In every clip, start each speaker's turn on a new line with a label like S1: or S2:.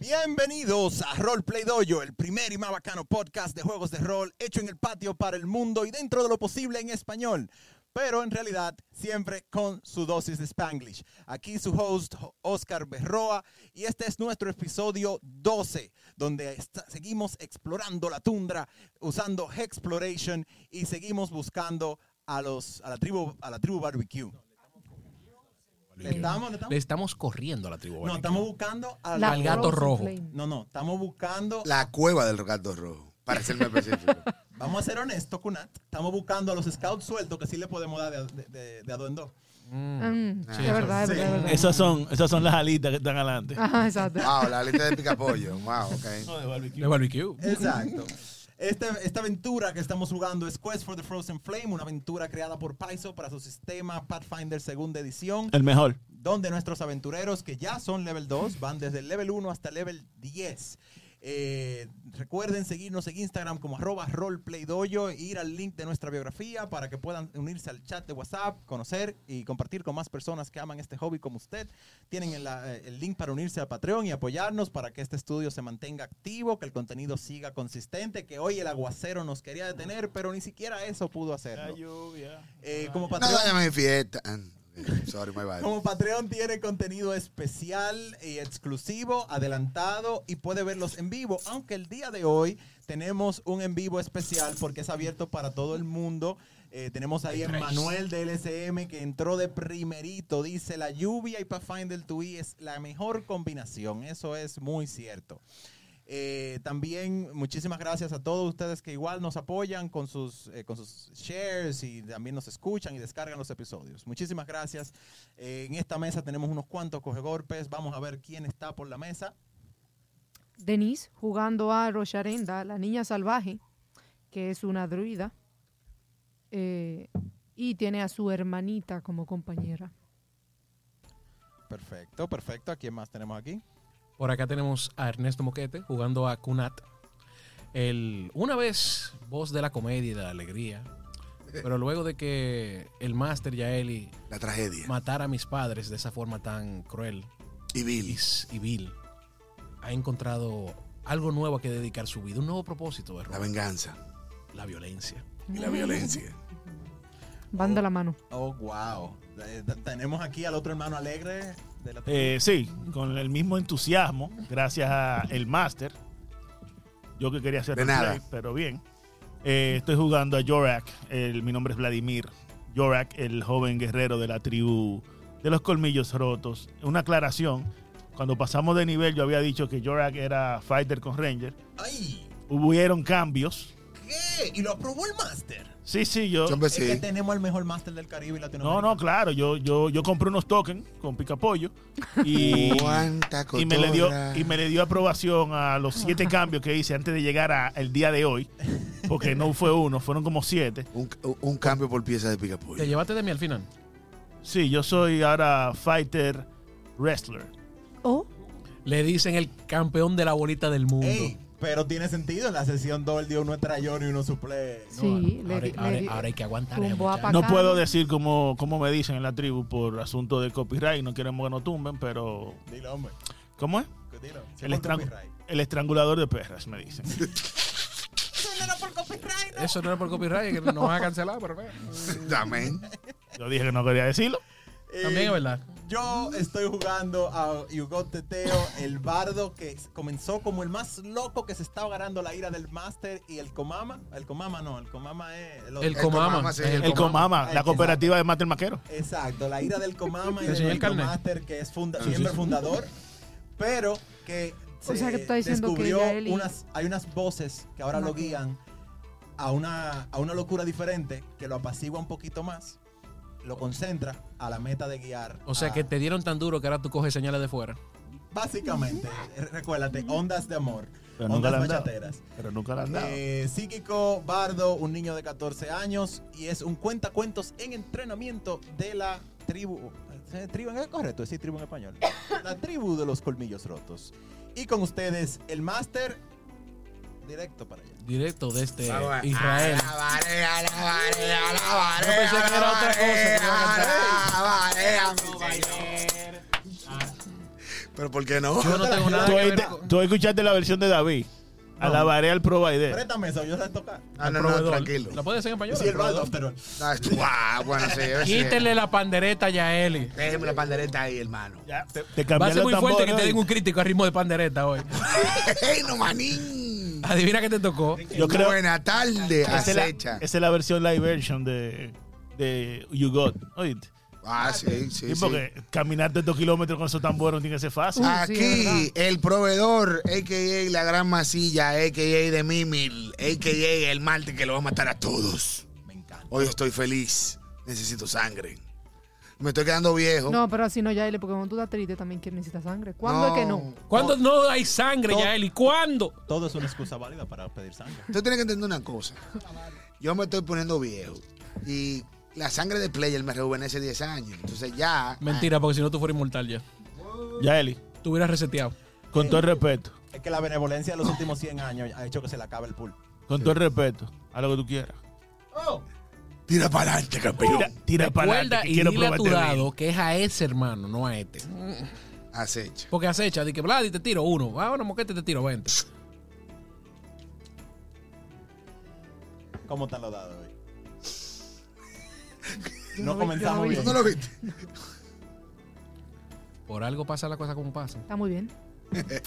S1: Bienvenidos a Roleplay Dojo, el primer y más bacano podcast de juegos de rol hecho en el patio para el mundo y dentro de lo posible en español, pero en realidad siempre con su dosis de Spanglish. Aquí su host Oscar Berroa y este es nuestro episodio 12, donde está- seguimos explorando la tundra usando Hexploration y seguimos buscando a los a la tribu a la tribu barbecue. Le estamos, le
S2: Le
S1: estamos-
S2: estamos corriendo a la tribu.
S1: no,
S2: Barbecue.
S1: estamos buscando a
S2: La- Al gato
S3: Frozen
S2: rojo.
S3: Flame.
S1: No, no, estamos buscando.
S4: La cueva del gato rojo, para ser más específico.
S1: Vamos a ser honestos, Kunat. Estamos buscando a los scouts sueltos que sí le podemos dar de, de, de, de a dos en dos.
S3: Mm, es
S4: Sí,
S3: verdad, es
S1: sí.
S3: verdad, es verdad.
S5: Esas son, esas son las alitas que están adelante.
S3: Ajá, exacto.
S4: Wow, la letra de picapollo. Wow, ok.
S5: No, de barbecue.
S2: De barbecue.
S1: Exacto. Este- esta aventura que estamos jugando es Quest for the Frozen Flame, una aventura creada por Paizo para su sistema Pathfinder segunda edición,
S5: El mejor.
S1: donde nuestros aventureros que ya son level 2 van desde el level 1 hasta el level 10. Eh, recuerden seguirnos en Instagram como arroba roleplaydoyo e ir al link de nuestra biografía para que puedan unirse al chat de WhatsApp, conocer y compartir con más personas que aman este hobby como usted. Tienen el, eh, el link para unirse a Patreon y apoyarnos para que este estudio se mantenga activo, que el contenido siga consistente, que hoy el aguacero nos quería detener, pero ni siquiera eso pudo hacerlo.
S5: lluvia.
S1: Eh, como
S4: No
S1: Patreon,
S4: dañame mi fiesta. Ah, ok, Sorry, my bad.
S1: como Patreon tiene contenido especial y exclusivo, adelantado y puede verlos en vivo, aunque el día de hoy tenemos un en vivo especial porque es abierto para todo el mundo. Eh, tenemos ahí a Manuel de LSM que entró de primerito. Dice, la lluvia y Pathfinder 2 es la mejor combinación. Eso es muy cierto. Eh, también muchísimas gracias a todos ustedes que igual nos apoyan con sus, eh, con sus shares y también nos escuchan y descargan los episodios. Muchísimas gracias. Eh, en esta mesa tenemos unos cuantos cogegolpes. Vamos a ver quién está por la mesa.
S3: Denise jugando a Rocharenda, la niña salvaje, que es una druida. eh, y tiene a su hermanita como compañera.
S1: Perfecto, perfecto. ¿A quién más tenemos aquí?
S2: Por acá tenemos a Ernesto Moquete jugando a Kunat. El, una vez voz de la comedia y de la alegría. Pero luego de que el máster Yaeli
S4: La tragedia.
S2: matara a mis padres de esa forma tan cruel
S4: Y
S2: y,
S4: Billy.
S2: y vil, ha encontrado algo nuevo a que dedicar su vida, un nuevo propósito,
S4: La
S2: Berro.
S4: venganza.
S2: la violencia.
S4: Y la violencia.
S3: Van de la mano.
S1: Oh, wow. Eh, t- tenemos aquí al otro hermano alegre de la
S5: Eh, sí, con el mismo entusiasmo, gracias a el máster. Yo que quería hacer
S4: De
S5: roleplay,
S4: nada.
S5: pero bien. Eh, estoy jugando a Yorak. el- mi nombre es Vladimir. Yorak, el joven guerrero de la tribu de los colmillos rotos. Una aclaración. Cuando pasamos de nivel, yo había dicho que Yorak era fighter con Ranger.
S1: ¡Ay!
S5: Hubieron cambios.
S1: ¿Qué? ¿Y lo aprobó el máster?
S5: Sí, sí, yo.
S4: Yo
S1: Es que
S4: empecé.
S1: tenemos al mejor máster del Caribe y
S5: No,
S1: Latinoamérica.
S5: no, claro, yo, yo, yo compré unos tokens con picapollo y,
S4: Cuánta
S5: y me le dio
S4: cotorra.
S5: y me le dio aprobación a los siete cambios que hice antes de llegar a- al día de hoy, porque no fue uno, fueron como siete.
S4: Un, un cambio por pieza de picapollo.
S2: ¿Te llevaste de mí al final?
S5: Sí, yo soy ahora fighter wrestler.
S3: Oh,
S2: Le dicen el campeón de la bolita del mundo.
S1: Ey, pero tiene sentido. En la sesión 2 el día uno es trayón y uno suple.
S3: Sí, le-
S2: ahora,
S3: le-
S2: ahora-
S3: le-
S2: ahora hay que aguantar. eh,
S3: tumbó a
S2: muchachos.
S3: Pac-
S5: No
S3: Bacano.
S5: puedo decir como cómo me dicen en la tribu por asunto de copyright, no queremos que nos tumben, pero
S1: Dilo, hombre.
S5: ¿cómo es?
S1: Dilo. Sí,
S5: El,
S1: por
S5: estran-
S1: copyright.
S5: el estrangulador de perras me dicen.
S2: Eso no era por copyright, que nos van a cancelar, pero bueno.
S4: Amén.
S5: Yo dije que no quería decirlo.
S2: También
S1: Eh,
S2: es verdad.
S1: Yo estoy jugando a Hugo Teteo, el bardo que comenzó como el más loco que se estaba ganando la ira del máster y el Comama. El Comama no, el Comama es el otro.
S2: El comama.
S4: Comama, sí,
S2: eh,
S4: el
S5: El Comama,
S1: Ay,
S5: la
S1: qué
S5: cooperativa de Mate el Maquero.
S1: Exacto, la ira del Comama y
S2: El
S1: del
S2: señor
S1: nuestro
S2: Carnet.
S1: máster que es funda-
S2: Sí, sí,
S1: miembro
S2: sí.
S1: fundador, pero que
S3: O sea, que está diciendo que
S1: descubrió
S3: Yaeli-
S1: unas, hay unas voces que ahora lo
S3: Ok.
S1: guían a una, a una locura diferente que lo apacigua un poquito más, lo concentra a la meta de guiar.
S2: O sea
S1: a-
S2: que te dieron tan duro que ahora tú coges señales de fuera.
S1: Básicamente, eh, recuérdate, ondas de amor,
S5: Pero nunca
S1: ondas
S5: la han dado.
S1: machateras.
S5: Pero nunca la han dado.
S1: Eh, psíquico, bardo, un niño de 14 años y es un cuentacuentos en entrenamiento de la tribu. ¿eh, ¿Tribu en correcto? Sí, tribu en español. La tribu de los colmillos rotos. Y con ustedes, el máster directo para allá.
S2: Directo desde
S4: Vamos,
S2: Eh, Israel.
S4: a la barea, a la barea, a la barea,
S2: Yo pensé que
S4: a la
S2: era
S4: ah,
S2: otra cosa que iba a
S4: barea, a la barea, mi señor. ah, Pero ¿por qué no?
S2: Yo no tengo nada
S5: Tú,
S2: que
S5: oíste-
S2: ver con-
S5: tú escuchaste la versión de David. Alabaré al provider.
S1: Préstame eso, yo sé tocar.
S4: Ah, no, no,
S2: proveedor.
S4: tranquilo.
S2: ¿La puedes decir en español?
S1: Sí, el Rudolph, pero-
S4: No, es- Guau, Ah, bueno, sí, es-
S2: Quítenle la pandereta ya a Eli.
S4: Déjeme la pandereta ahí, hermano.
S5: Ya, Te, te
S2: Va a
S5: cambiaron
S2: ser muy
S5: los
S2: fuerte que
S5: tambores.
S2: te den un crítico a ritmo de pandereta hoy.
S4: ¡Ey, no, manín!
S2: Adivina qué te tocó.
S5: Yo creo
S4: Buena tarde,
S5: esa es, la,
S4: acecha.
S5: esa es la versión live version de, de You Got. Oíste.
S4: Ah, sí,
S5: Sí,
S4: sí, sí.
S5: porque caminar tantos kilómetros con esos tambores no tiene que ser fácil.
S3: Uh,
S2: Ah.
S3: sí,
S4: Aquí,
S3: es
S4: el proveedor, a.k.a. La Gran Masilla, a.k.a. de Mimil, a.k.a. el Marte que lo va a matar a todos.
S1: Me encanta.
S4: Hoy estoy feliz. Necesito sangre. Me estoy quedando viejo.
S3: Oh. No, pero así no, Yaeli, porque cuando tú estás triste también quieres necesitas sangre. ¿Cuándo es que no?
S2: ¿Cuándo no hay sangre
S1: No. Ah.
S2: ya, Eli? ¿Cuándo?
S1: Todo es una excusa válida para pedir sangre.
S4: Tú tienes que entender una cosa. Yo me estoy poniendo viejo. Y la sangre de Player me rejuvenece 10 años. Entonces ya.
S2: Mentira, porque si no tú fueras inmortal ya.
S5: Ya, Eli,
S2: Tú hubieras reseteado.
S5: con todo el respeto,
S1: Es que la benevolencia de los últimos 100 años ha hecho que se le acabe el pool.
S5: con todo el respeto, a lo que tú quieras.
S4: Tira para adelante, campeón.
S5: Tira, tira para adelante,
S2: Recuerda
S5: que
S2: y
S5: quiero este
S2: dile a tu
S5: probarte bien.
S2: lado que es a ese hermano, no a este.
S4: Acecha.
S2: Porque acecha, di que Vladi te tiro uno. Ah, bueno, moquete te tiro 20.
S1: ¿Cómo están los dados hoy?
S3: Yo
S1: No
S3: vi-
S1: comenzamos
S3: yo vi.
S1: bien.
S4: ¿No lo viste?
S2: Por algo pasa la cosa como pasa.
S3: Está muy bien.
S2: Te vas a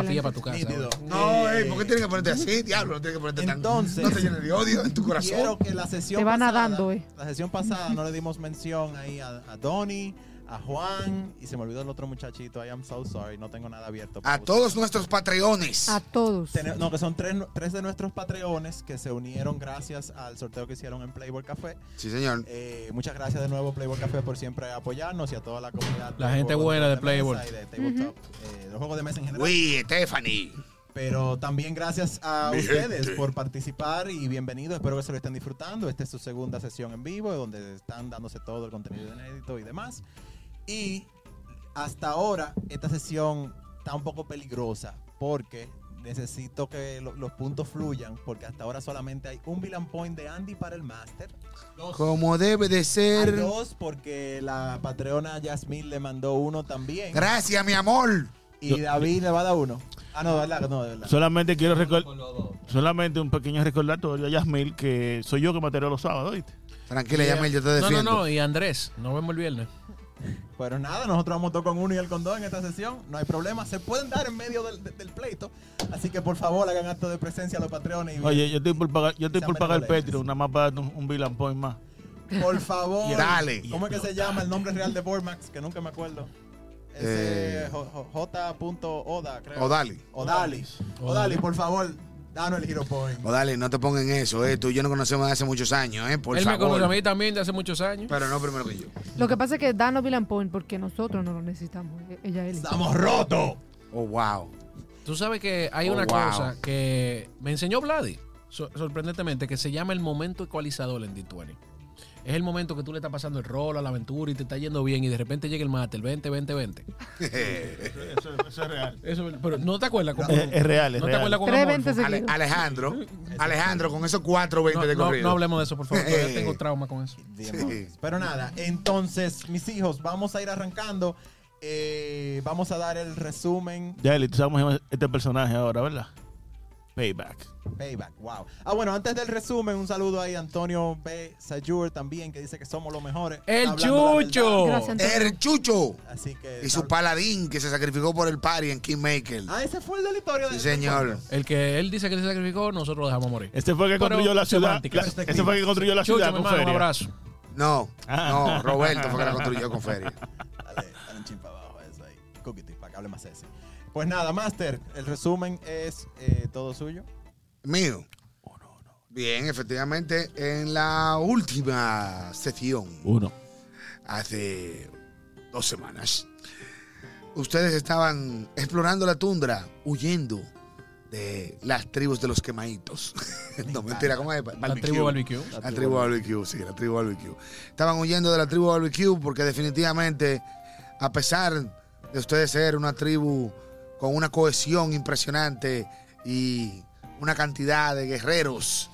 S3: Excelente.
S2: pie para tu casa.
S1: Nítido.
S2: güey.
S4: No,
S1: Eh,
S4: ey, ¿por qué tienes que ponerte así, diablo? No tienes que ponerte tan.
S1: Entonces-
S4: No te llenes de odio en tu corazón.
S1: Quiero que la sesión
S3: Te va
S1: pasada-
S3: nadando, eh.
S1: La sesión pasada no le dimos mención ahí a, a Donny, a Juan y se me olvidó el otro muchachito. I am so sorry, no tengo nada abierto. para
S4: A
S1: buscar.
S4: todos nuestros patreones.
S3: A todos.
S1: Tene- No, que son tres, tres de nuestros patreones que se unieron gracias al sorteo que hicieron en Playboy Café.
S4: Sí, señor.
S1: Eh, muchas gracias de nuevo Playboy Café por siempre apoyarnos y a toda la comunidad.
S2: La
S1: de
S2: gente
S1: juegos
S2: buena de
S1: mesa
S2: Playboy.
S1: y de tabletop, eh, los juegos de mesa en general.
S4: Uy, Stephanie.
S1: Pero también gracias a
S4: Mi
S1: ustedes
S4: gente.
S1: por participar y bienvenidos. Espero que se lo estén disfrutando. Esta es su segunda sesión en vivo, donde están dándose todo el contenido inédito y demás. Y hasta ahora, esta sesión está un poco peligrosa porque necesito que lo- los puntos fluyan, porque hasta ahora solamente hay un villain point de Andy para el máster.
S4: Como debe de
S1: Hay
S4: ser.
S1: dos, porque la patreona Yasmín le mandó uno también.
S4: Gracias, mi amor.
S1: Y David le va a dar uno. Ah, no, de verdad, no, de verdad.
S5: Solamente quiero recordar, solamente un pequeño recordatorio a Yasmil que soy yo que mataré los sábados, ¿oíste?
S4: Tranquila, Yamil, yo te defiendo.
S2: eh, No, no, no. Y Andrés, nos vemos el viernes.
S1: Pero nada, nosotros vamos todos con uno y el con dos en esta sesión. No hay problema. Se pueden dar en medio del, del pleito. Así que por favor hagan acto de presencia a los patrones. Y,
S5: Oye, yo estoy por pagar, yo estoy
S1: Sean
S5: por pagar el
S1: benevolentes.
S5: Patreon, nada más para darte un, un Villain Point más.
S1: por favor.
S4: Dale.
S1: ¿Cómo es que se llama el nombre real de Bormax? Que nunca me acuerdo. Ese
S4: Eh.
S1: jo- jo- J. Oda, creo.
S4: Odali.
S1: Odali. Odali, por favor, danos el hero point.
S4: O dale, no te pongan eso, eh. Tú y yo nos conocemos de hace muchos años, eh. Por
S2: Él me
S4: favor. Ah.
S2: conoce a mí también de hace muchos años.
S4: Pero no primero que yo.
S3: Lo que pasa es que danos Villain Point porque nosotros no lo necesitamos. e- Ella él.
S1: ¡Estamos rotos!
S4: Oh, wow.
S2: Tú sabes que hay
S4: Oh,
S2: una
S4: wow.
S2: cosa que me enseñó Vladi, so- sorprendentemente, que se llama el momento ecualizador en D20. Es el momento que tú le estás pasando el rol a la aventura y te está yendo bien y de repente llega el mate, el 20, 20, 20.
S5: Eso, es real.
S2: Eso, pero no te acuerdas
S4: Eh,
S2: cómo...
S5: Es, es real, es
S2: no te
S5: real.
S2: acuerdas cómo...
S3: Tres
S2: Amorfo?
S3: 20
S4: Ale-
S3: seguidos.
S4: Alejandro. Alejandro, con esos 4.20 de
S2: no, no,
S4: corrido.
S2: no hablemos de eso, por favor. Todavía tengo trauma con eso.
S1: Demonios. Pero nada, entonces, mis hijos, vamos a ir arrancando. Eh, vamos a dar el resumen
S5: Ya, Eli, tú sabes cómo se llama este personaje ahora, ¿verdad? Payback.
S1: Payback, wow. Ah, bueno, antes del resumen, un saludo ahí a Antonio B. Sayur también, que dice que somos los mejores.
S2: ¡El
S1: Está hablando la
S2: chucho!
S1: verdad.
S3: Gracias, Antonio.
S4: El Chucho.
S1: Así que.
S4: Y su paladín que se sacrificó por el party en Kingmaker.
S1: Ah, ese fue el del historia
S4: Sí,
S1: del-
S4: señor.
S2: El que él dice que se sacrificó, nosotros lo dejamos morir.
S5: Este fue el que
S2: Pero
S5: construyó la ciudad.
S2: semántica.
S5: la- este fue el que construyó la
S2: Chucho,
S5: ciudad
S2: mi
S5: con
S2: hermano, un
S5: feria.
S2: abrazo.
S4: No,
S5: Ah.
S4: no, Roberto fue que la construyó con Feria.
S1: Dale, dale un chin para abajo eso ahí. Cookie para que hable más ese. Pues nada, Master, el resumen es eh, todo suyo.
S4: Mío.
S5: Oh,
S4: Bien, efectivamente, en la última sesión,
S5: Uno.
S4: hace dos semanas, ustedes estaban explorando la tundra, huyendo de las tribus de los quemaditos. no, mentira, ¿cómo es?
S2: La tribu barbecue.
S4: La tribu barbecue, sí, la tribu barbecue. Estaban huyendo de la tribu barbecue porque definitivamente, a pesar de ustedes ser una tribu con una cohesión impresionante y una cantidad de guerreros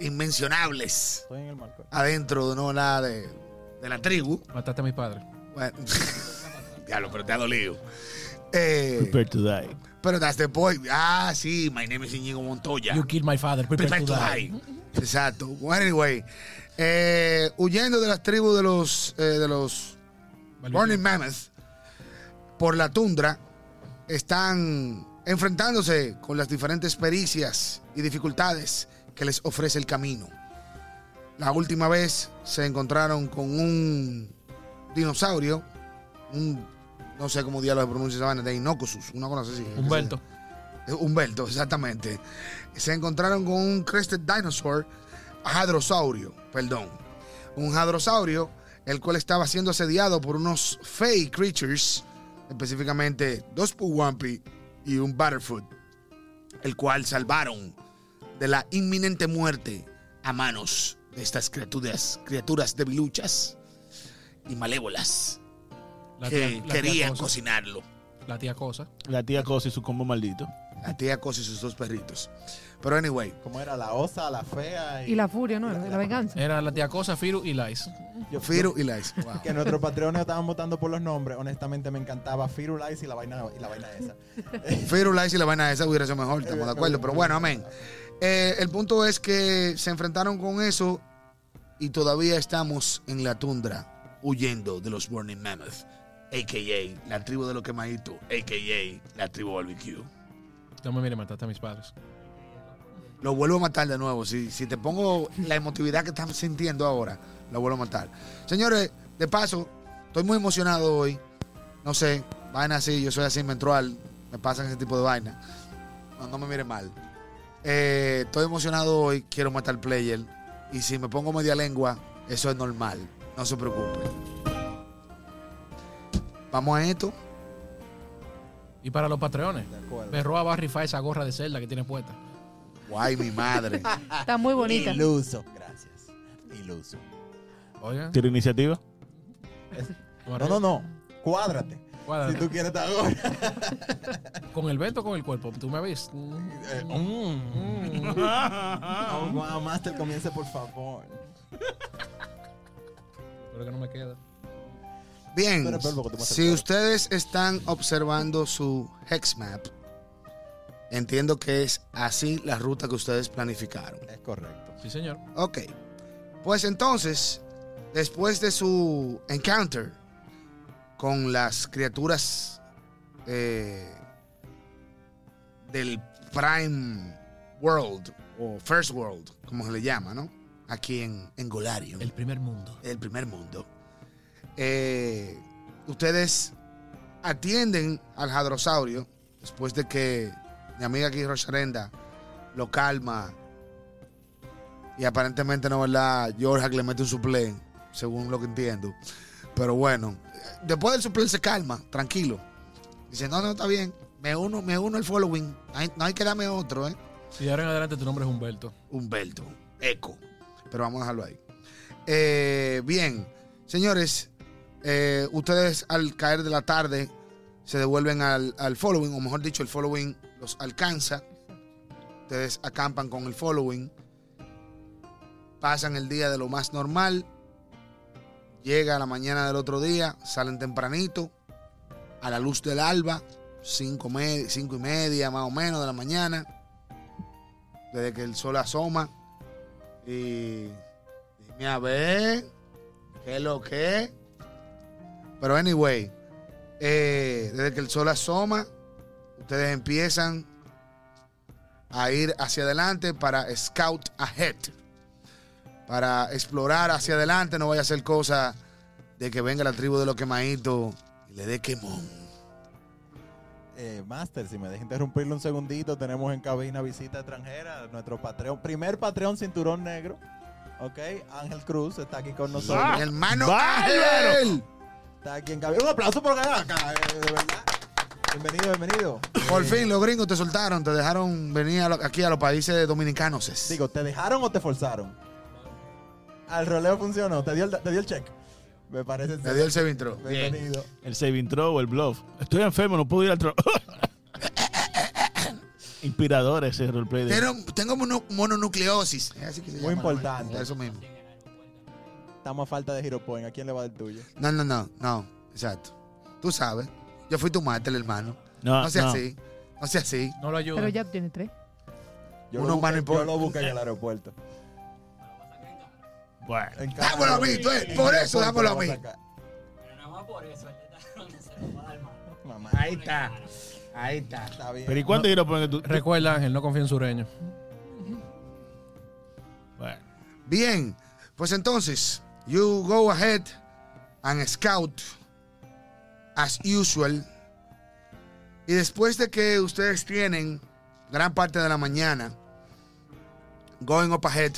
S4: inmencionables
S1: Estoy en el marco.
S4: adentro de no la de, de la tribu,
S2: Mataste a mis padres.
S4: bueno, Diablo, pero te ha dolido. Eh,
S5: Prepare to die.
S4: pero that's the point. Ah, sí, my name is Íñigo Montoya.
S2: You killed my father. Prepare,
S4: Prepare
S2: to
S4: to
S2: die.
S4: die. Exacto. Bueno, anyway. eh, huyendo de las tribus de los, eh, de los
S2: Vale,
S4: Burning Mammoth por la tundra están enfrentándose con las diferentes pericias y dificultades que les ofrece el camino. La última vez se encontraron con un dinosaurio, un, no sé cómo diablos se pronuncia esa vaina, de Inocosus, una cosa así.
S2: Humberto.
S4: Eh, Humberto, exactamente. Se encontraron con un Crested Dinosaur, hadrosaurio, perdón. Un hadrosaurio, el cual estaba siendo asediado por unos Fey Creatures, específicamente dos Puwampi y un Butterfoot, el cual salvaron de la inminente muerte a manos de estas criaturas, criaturas debiluchas y malévolas
S2: La tía-
S4: que
S2: la tía
S4: querían
S2: Cosa.
S4: cocinarlo.
S2: La tía Cosa.
S5: La tía Cosa y su combo maldito.
S4: La tía Cosa y sus dos perritos. Pero anyway,
S1: ¿Cómo era? La osa, la fea y,
S3: Y la furia, ¿no? La, venganza.
S2: Era la tía Cosa, Firu y Lais.
S1: Yo-
S4: Firu y Lice. Wow.
S1: Que nuestros patrones estaban votando por los nombres. Honestamente me encantaba Firulais y la vaina, y la vaina esa.
S4: Firu, Lice y la vaina esa hubiera sido mejor, estamos de acuerdo. Pero bueno, amén. Eh, el punto es que se enfrentaron con eso y todavía estamos en la tundra huyendo de los Burning Mammoth, a.k.a. la tribu de los quemaditos, a.k.a. la tribu barbecue.
S2: No me mire, mataste a mis padres.
S4: Lo vuelvo a matar de nuevo. Si, si te pongo la emotividad que estamos sintiendo ahora, lo vuelvo a matar. Señores, de paso, estoy muy emocionado hoy. No sé, vaina así, yo soy así menstrual. Me pasan ese tipo de vaina. No, no me miren mal. Eh, estoy emocionado hoy, quiero matar player. Y si me pongo media lengua, eso es normal. No se preocupen. Vamos a esto.
S2: Y para los patreones.
S1: De acuerdo.
S2: Berroa va a rifar esa gorra de celda que tiene puesta.
S4: Guay, mi madre.
S3: Está muy bonita.
S1: Iluso. Gracias. Iluso.
S2: Oigan.
S5: ¿Tiene iniciativa?
S1: No, no, no. Cuádrate.
S2: Cuadra.
S1: Si tú quieres estar ahora.
S2: Con el vento o con el cuerpo. Tú me ves.
S1: Eh, mm, mm. Oh, wow, Master, comience por favor.
S2: Creo que no me queda.
S4: Bien,
S1: Espera, espera, porque tú me haces
S4: si
S1: todo.
S4: ustedes están observando su Hexmap, entiendo que es así la ruta que ustedes planificaron.
S1: Es correcto.
S2: Sí, señor.
S4: Ok, pues entonces, después de su encounter con las criaturas eh, del Prime World o First World, como se le llama, ¿no? Aquí en, en Golarion
S2: El primer mundo.
S4: el primer mundo. Eh, ustedes atienden al hadrosaurio después de que mi amiga aquí Rosarenda lo calma y aparentemente no verdad George le mete un suplén según lo que entiendo pero bueno después del suplén se calma tranquilo dice no no está bien me uno me uno al following no hay, no hay que darme otro eh
S2: Y de ahora en adelante tu nombre es Humberto.
S4: Humberto, Eco. Pero vamos a dejarlo ahí. Eh, bien, señores, eh, ustedes al caer de la tarde se devuelven al, al following, o mejor dicho, el following los alcanza. Ustedes acampan con el following. Pasan el día de lo más normal. Llega la mañana del otro día, salen tempranito, a la luz del alba, cinco, me- cinco y media más o menos de la mañana desde que el sol asoma. Y dime a ver, ¿qué es lo que? es? Pero anyway, eh, desde que el sol asoma, ustedes empiezan a ir hacia adelante para Scout Ahead. Para explorar hacia adelante, no vaya a ser cosa de que venga la tribu de los quemaditos y le dé quemón.
S1: Eh, Master, si me deja interrumpirle un segundito, tenemos en cabina visita extranjera, nuestro Patreon, primer Patreon cinturón negro. Ok, Ángel Cruz está aquí con nosotros.
S5: Ah,
S4: Mi hermano
S5: bárbaro.
S4: Ángel,
S1: Está aquí en cabina. Un aplauso por acá, acá, eh, de verdad. Bienvenido, bienvenido.
S4: por
S1: Eh,
S4: fin los gringos te soltaron, te dejaron venir a lo- aquí a los países dominicanos.
S1: Digo, ¿te dejaron o te forzaron? Al roleo funcionó, te dio el, te dio el check. Me parece.
S4: Me dio el sevintro.
S1: Bienvenido.
S5: El saving throw, el bluff. Estoy enfermo, no puedo ir al throw. Inspirador ese roleplay. De...
S4: Tengo, tengo mono- mononucleosis. Así que se
S1: Muy
S4: llama, ¿no?
S1: importante.
S4: Eso mismo.
S1: Estamos a falta de Hero Point. ¿A quién le va el tuyo?
S4: No, no, no, no. Exacto. Tú sabes. Yo fui tu máster, hermano.
S5: No,
S4: No sea
S5: no.
S4: así. No sea así.
S2: No lo ayuda.
S3: Pero ya tiene tres.
S1: Yo,
S4: Uno
S1: lo
S4: más
S1: busqué,
S4: no importa.
S1: yo lo busqué en el aeropuerto.
S5: Bueno.
S1: En casa.
S4: Dámelo a mí, tú eres- por eso
S1: En el aeropuerto
S4: dámelo a
S1: lo
S4: mí.
S1: vas sacar.
S6: Pero nada más por eso, él le está dando se lo va a dar mal.
S1: Mamá,
S7: Ahí está. Ahí está.
S1: está bien.
S5: Pero ¿y cuánto dinero ponen tú?
S2: Recuerda, Ángel, no confía en sureño.
S5: Bueno.
S4: Bien, pues entonces, you go ahead and scout as usual. Y después de que ustedes tienen gran parte de la mañana going up ahead,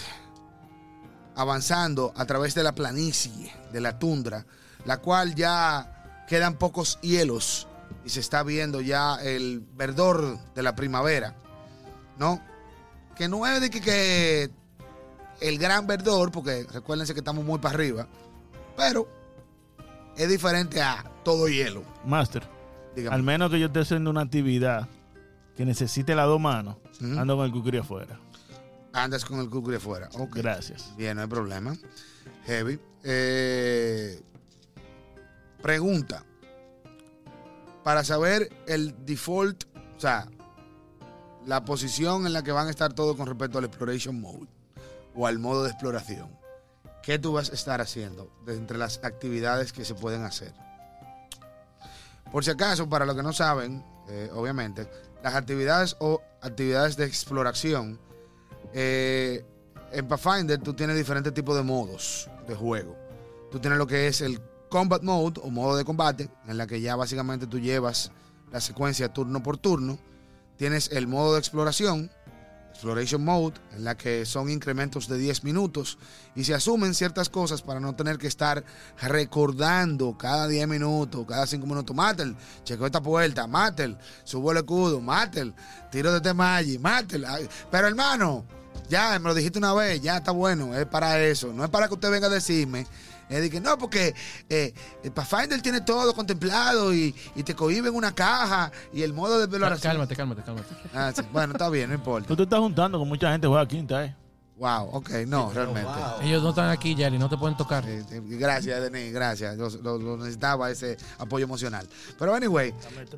S4: avanzando a través de la planicie, de la tundra, la cual ya quedan pocos hielos y se está viendo ya el verdor de la primavera, ¿no? Que no es de que- que el gran verdor, porque recuérdense que estamos muy para arriba, pero es diferente a todo hielo.
S5: Master,
S4: Dígame.
S5: al menos que yo esté haciendo una actividad que necesite las dos manos,
S4: Ujú.
S5: ando con el cucuri afuera.
S4: Andas con el cookie de fuera. Ok.
S5: Gracias.
S4: Bien, no hay problema. Heavy. Eh, pregunta. Para saber el default, o sea, la posición en la que van a estar todos con respecto al exploration mode o al modo de exploración. ¿Qué tú vas a estar haciendo de entre las actividades que se pueden hacer? Por si acaso, para los que no saben, eh, obviamente, las actividades o actividades de exploración eh, en Pathfinder tú tienes diferentes tipos de modos de juego. Tú tienes lo que es el Combat Mode o modo de combate, en la que ya básicamente tú llevas la secuencia turno por turno. Tienes el modo de exploración, Exploration Mode, en la que son incrementos de 10 minutos y se asumen ciertas cosas para no tener que estar recordando cada 10 minutos, cada 5 minutos. Matel, chequeo esta puerta, Matel, subo el escudo, Matel, tiro de Temagi, Matel. Ay, Pero hermano, ya me lo dijiste una vez, ya está bueno, es para eso. No es para que usted venga a decirme. Es de que no, porque eh, el Pathfinder tiene todo contemplado y, y te cohiben una caja y el modo de exploración.
S2: Cálmate, cálmate, cálmate.
S4: Ah, sí. Bueno, está bien, no importa.
S5: Tú te estás juntando con mucha gente que juega quinta, ¿eh?
S4: Wow, ok, no, realmente.
S1: Wow.
S2: Ellos no están aquí, Yali, no te pueden tocar.
S4: Eh, eh, Gracias, Denis, gracias. Lo, lo- lo necesitaba ese apoyo emocional. Pero anyway,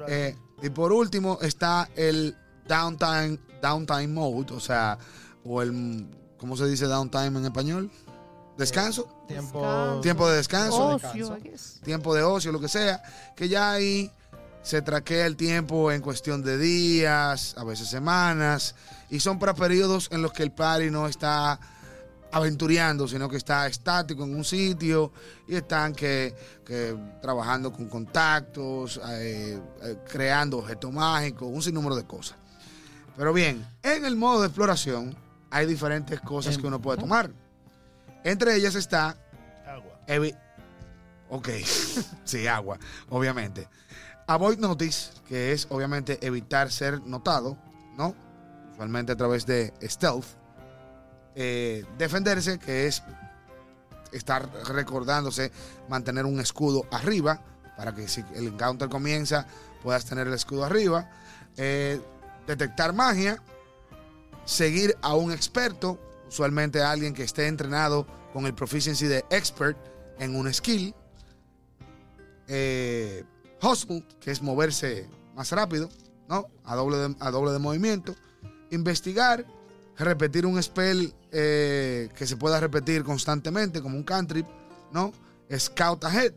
S4: eh, y por último está el downtime, downtime mode, o sea, o el, ¿cómo se dice downtime en español? Descanso,
S1: Tiempo.
S4: tiempo de descanso,
S3: Ocio,
S1: descanso.
S3: I guess.
S4: tiempo de ocio, lo que sea, que ya ahí se traquea el tiempo en cuestión de días, a veces semanas, y son para periodos en los que el party no está aventureando, sino que está estático en un sitio y están que, que trabajando con contactos, eh, eh, creando objetos mágicos, un sinnúmero de cosas. Pero bien, en el modo de exploración hay diferentes cosas que uno puede tomar. Entre ellas está
S5: Agua.
S4: Evi- ok, sí, agua, obviamente. Avoid notice, que es obviamente evitar ser notado, ¿no? Usualmente a través de stealth. Eh, defenderse, que es estar recordándose, mantener un escudo arriba, para que si el encounter comienza, puedas tener el escudo arriba. Eh, detectar magia, seguir a un experto, usualmente a alguien que esté entrenado con el proficiency de expert en un skill. Eh, hustle, que es moverse más rápido, ¿no? A doble de, a doble de movimiento. Investigar, repetir un spell eh, que se pueda repetir constantemente, como un cantrip, ¿no? Scout ahead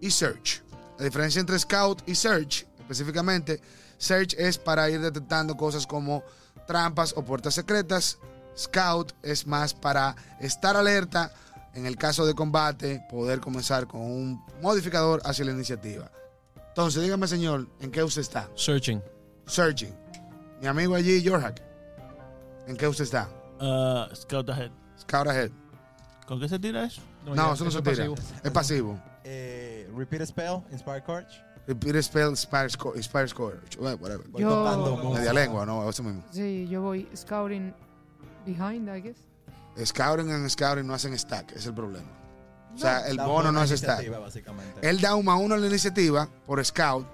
S4: y search. La diferencia entre scout y search, específicamente, search es para ir detectando cosas como trampas o puertas secretas. Scout es más para estar alerta en el caso de combate, poder comenzar con un modificador hacia la iniciativa. Entonces, dígame, señor, ¿en qué usted está?
S2: Searching.
S4: Searching. Mi amigo allí, Yorhak. ¿En qué usted está?
S5: Ah, scout ahead.
S4: Scout ahead.
S5: ¿Con qué se tira eso?
S4: No,
S2: ya,
S4: eso no se
S2: es
S4: tira.
S2: pasivo.
S4: Es pasivo.
S1: Eh, repeat spell, inspire courage.
S4: Repeat spell, Spire Score, Spire Score, eh, whatever.
S1: Voy
S3: Yo-
S1: tocando
S2: Oh.
S1: música.
S4: Media lengua, no, eso mismo.
S3: Sí, yo voy scouting behind, I guess.
S4: Scouting and scouting no hacen stack, es el problema. O sea, el
S1: Da
S4: bono no
S1: buena
S4: es stack.
S1: iniciativa, pues. básicamente.
S4: Él da un más uno en la iniciativa por scout.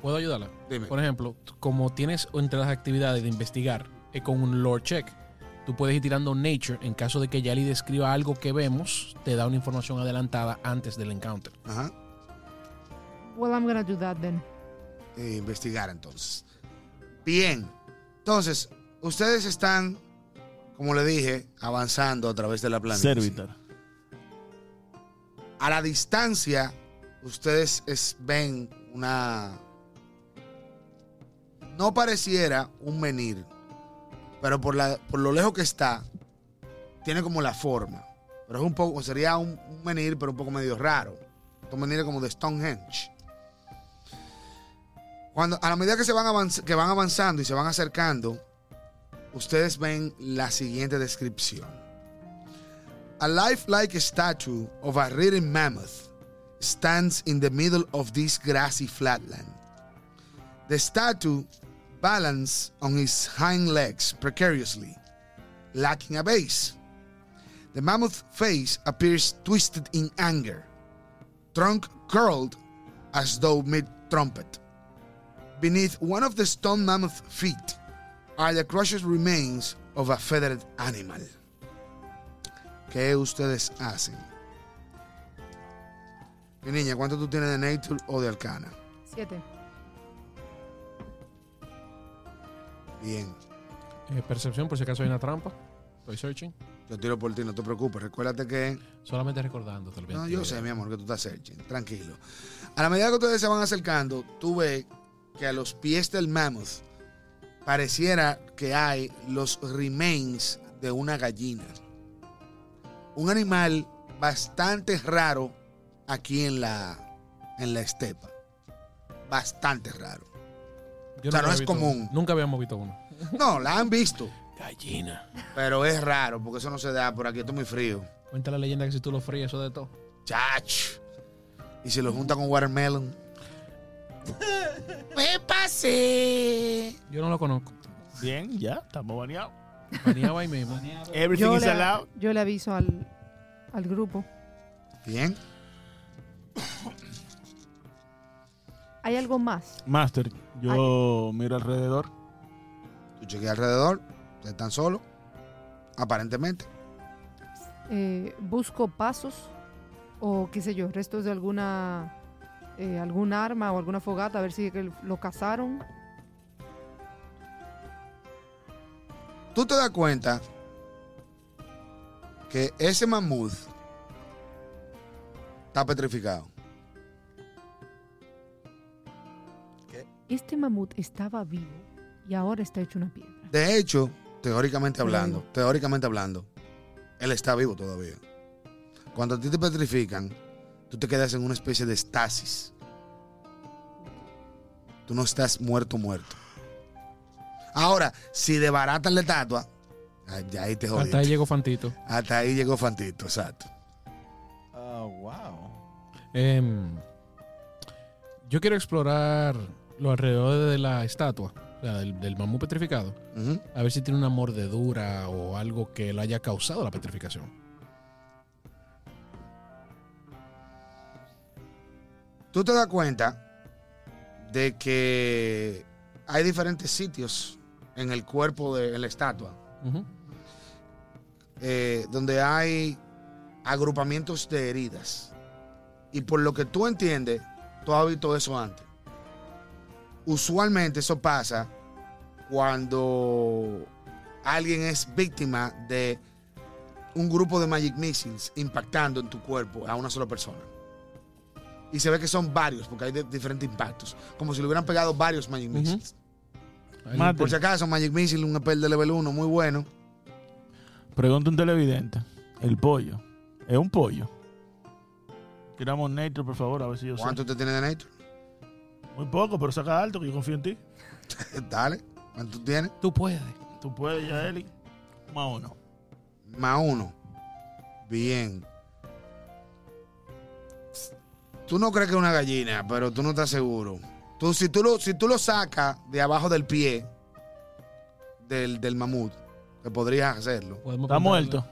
S2: ¿Puedo ayudarla?
S4: Dime.
S2: Por ejemplo, como tienes entre las actividades de investigar eh, con un lore check, tú puedes ir tirando nature en caso de que Yali describa algo que vemos, te da una información adelantada antes del encounter.
S4: Ajá.
S3: Well, I'm gonna do that then.
S4: e investigar entonces. Bien, entonces, ustedes están, como le dije, avanzando a través de la planeta.
S5: Servitor.
S4: A la distancia, ustedes es- ven una... No pareciera un menir, pero por, la, por lo lejos que está, tiene como la forma. Pero es un poco, sería un, un menir, pero un poco medio raro. Un menir como de Stonehenge. Cuando, a la medida que, se van avanz- que van avanzando y se van acercando, ustedes ven la siguiente descripción. A lifelike statue of a rearing mammoth stands in the middle of this grassy flatland. The statue balanced on his hind legs precariously, lacking a base. The mammoth face appears twisted in anger, trunk curled as though mid trumpet. Beneath one of the stone mammoth feet are the crushed remains of a feathered animal. ¿Qué ustedes hacen? Mi niña, ¿cuánto tú tienes de Nature o de Arcana?
S3: Siete.
S4: Bien.
S2: Eh, percepción, por si acaso hay una trampa. Estoy searching.
S4: Yo tiro por ti, no te preocupes. Recuérdate que
S2: Solamente recordando, tal vez.
S4: No, yo sé, mi amor, que tú estás searching. Tranquilo. A la medida que ustedes se van acercando, tú ves que a los pies del mammoth pareciera que hay los remains de una gallina. Un animal bastante raro aquí en la, en la estepa. Bastante raro.
S2: Yo
S4: O
S2: nunca
S4: sea, no
S2: había
S4: es
S2: visto
S4: común.
S2: uno. Nunca habíamos visto uno.
S4: No, la han visto,
S2: Gallina.
S4: pero es raro porque eso no se da por aquí. Esto es muy frío.
S2: Cuenta la leyenda que si tú lo fríes, eso de todo.
S4: Chach. Y se lo junta con watermelon. ¡Me pasé!
S2: Yo no lo conozco.
S5: Bien, ya, estamos baneados.
S2: Baneaba ahí mismo.
S5: Everything
S3: Yo
S5: is
S3: le,
S5: allowed.
S3: yo le aviso al, al grupo.
S4: Bien.
S3: ¿Hay algo más?
S5: Master, yo miro alrededor.
S4: Tú chequeas alrededor. ustedes Están solos. Aparentemente.
S3: Eh, ¿Busco pasos o qué sé yo, restos de alguna eh, algún arma o alguna fogata a ver si que lo cazaron?
S4: Tú te das cuenta que ese mamut está petrificado.
S3: Este mamut estaba vivo y ahora está hecho una piedra.
S4: De hecho, teóricamente hablando, teóricamente hablando, él está vivo todavía. Cuando a ti te petrifican, tú te quedas en una especie de estasis. Tú no estás muerto, muerto. Ahora, si debaratan la estatua, ah, ya ahí te jodiste.
S2: Hasta ahí llegó Fantito.
S4: Hasta ahí llegó Fantito, exacto.
S1: Ah, wow.
S2: Em, yo quiero explorar los alrededores de la estatua, o sea, del, del mamut petrificado,
S4: Ujú.
S2: a ver si tiene una mordedura o algo que le haya causado la petrificación.
S4: Tú te das cuenta de que hay diferentes sitios en el cuerpo de en la estatua
S2: Ujú.
S4: eh, donde hay agrupamientos de heridas. Y por lo que tú entiendes, tú has visto eso antes. Usualmente eso pasa cuando alguien es víctima de un grupo de Magic Missiles impactando en tu cuerpo a una sola persona. Y se ve que son varios, porque hay de- diferentes impactos. Como si le hubieran pegado varios Magic
S2: Ujú.
S4: Missiles.
S2: Ahí-
S5: Mata.
S4: Por si acaso, Magic Missile, un spell de level 1 muy bueno.
S5: Pregunta un televidente. El pollo. ¿Es un pollo? Tiramos Nature, por favor, a ver si yo sé.
S4: ¿Cuánto te tiene de Nature?
S5: Muy poco, pero saca alto, que yo confío en ti.
S4: Dale, ¿cuánto tienes?
S2: Tú puedes.
S5: Tú puedes, ya, Eli. Más uno.
S4: Más uno. Bien. Tú no crees que es una gallina, pero tú no estás seguro. Tú, si, tú lo, si tú lo sacas de abajo del pie del, del mamut, que podrías hacerlo.
S2: Podemos
S5: ¿Está
S2: preguntarle-
S5: muerto?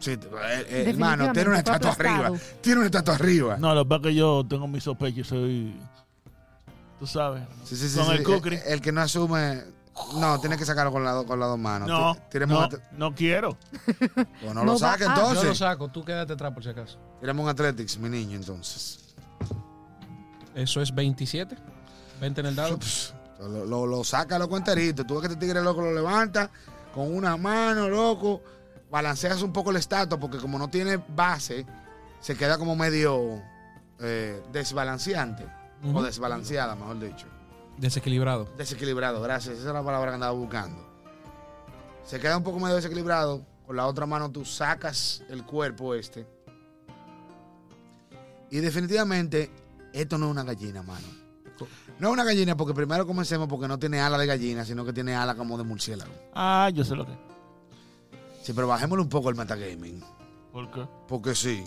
S4: Sí, te- eh, eh, hermano, tiene
S3: Definitivamente
S4: una
S3: fue
S4: estatua arriba.
S3: aplastado.
S4: Tiene una estatua arriba.
S5: No, lo que pasa es que yo tengo mis sospechas y soy. Tú sabes.
S4: Sí, sí, sí,
S5: Con
S4: sí. Eh,
S5: el cucri.
S4: El, el que no asume. No, tienes que sacarlo con, las dos- con las dos manos.
S5: No,
S4: Ti- tiremos
S5: no,
S4: un at-
S5: no quiero.
S4: Pues no,
S3: No
S4: lo
S3: va-
S4: saques
S3: ah, yo
S2: Yo lo
S4: entonces.
S2: saco, tú quédate atrás por si acaso.
S4: Tiramos un Athletics, mi niño, entonces.
S2: Eso es 27. 20 en el dado.
S4: Pues, Lo, lo, lo saca los cuenteritos. Tú ves que este tigre loco lo levanta con una mano, loco. Balanceas un poco el estatus porque como no tiene base, se queda como medio eh, desbalanceante.
S2: Ujú.
S4: O desbalanceada, mejor dicho.
S2: Desequilibrado.
S4: Desequilibrado, gracias. Esa es la palabra que andaba buscando. Se queda un poco medio desequilibrado. Con la otra mano tú sacas el cuerpo este. Y definitivamente, esto no es una gallina, mano. No es una gallina porque primero comencemos porque no tiene ala de gallina, sino que tiene ala como de murciélago.
S5: Ah, yo sé lo que.
S4: Sí, pero bajémosle un poco el metagaming.
S5: ¿Por qué?
S4: Porque sí.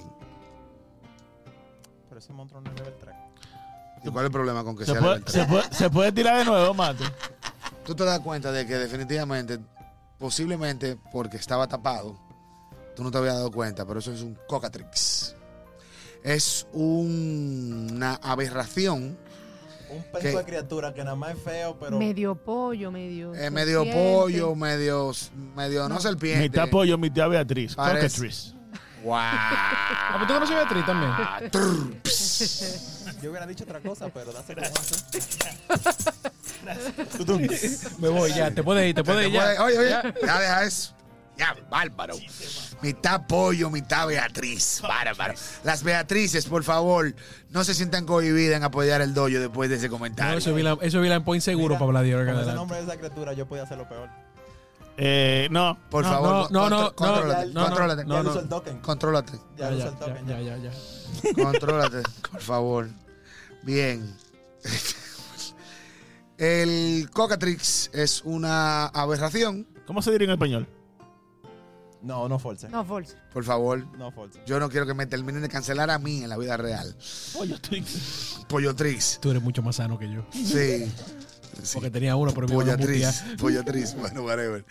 S1: Pero ese monstruo no es level 3.
S4: ¿Y cuál es el problema con que
S5: Se
S4: sea
S5: puede,
S4: level
S5: se,
S4: tres?
S5: puede, se puede tirar de nuevo, mate.
S4: Tú te das cuenta de que definitivamente, posiblemente porque estaba tapado, tú no te habías dado cuenta, pero eso es un cocatrix. Es un- una aberración.
S1: Un pedazo
S4: ¿Qué?
S1: de criatura que nada más es feo, pero.
S3: medio pollo, medio.
S4: eh, medio
S3: serpiente.
S4: pollo, medio, medio no, serpiente.
S5: Mi tía pollo, mi tía Beatriz.
S4: Parece.
S5: Cocatriz.
S4: Guau.
S2: Ah, pero tú conoces a Beatriz también.
S4: Trrr, ps.
S1: Yo hubiera dicho otra cosa, pero dáselo como eso.
S2: Me voy ya, te puedes ir, te puedes ir
S4: Oye,
S2: ya.
S4: oye, oye, ya deja eso. Ya, bárbaro. Mitad pollo, mitad Beatriz. Bárbaro. Las Beatrices, por favor, no se sientan cohibidas en apoyar el dojo después de ese
S2: No,
S4: comentario.
S2: eso es Vilan- eso es Vilan Point seguro
S1: Mira,
S2: para hablar de
S1: Con
S2: ahora en
S1: ese
S2: adelante.
S1: nombre de esa criatura, yo podía hacerlo peor.
S5: Eh, no.
S4: Por
S2: No,
S4: favor,
S2: no,
S4: con-
S2: no,
S4: contro-
S2: no,
S4: contrólate,
S2: no, no,
S4: contrólate,
S1: ya
S2: no,
S1: le
S2: no.
S1: usó el token.
S4: contrólate,
S1: Ya,
S2: Ya,
S1: le
S2: ya,
S1: usó el token.
S2: ya,
S1: ya.
S2: ya, ya, ya.
S4: contrólate, por favor. Bien. El Cocatrix es una aberración,
S5: ¿Cómo se diría en español?
S1: No, no force. No,
S3: No, falso.
S4: por favor.
S1: force.
S4: Yo no quiero que me terminen de cancelar a mí en la vida real.
S5: Pollotrix.
S4: Pollotrix,
S2: Tú eres mucho más sano que yo.
S4: sí. sí.
S2: Porque tenía uno, pero me iban a
S4: Pollatriz,
S2: mutear.
S4: pollatriz, bueno, whatever.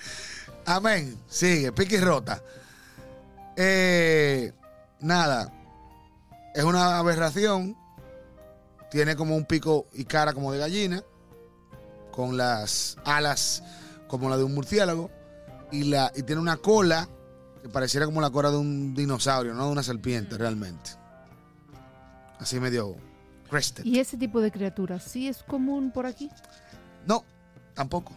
S4: Amén. Sigue, pique y rota. Eh, nada. Es una aberración. Tiene como un pico y cara como de gallina. Con las alas como la de un murciélago. Y, la, y tiene una cola que pareciera como la cola de un dinosaurio, no de una serpiente realmente. Así medio crested.
S3: ¿Y ese tipo de criaturas sí es común por aquí?
S4: No, tampoco.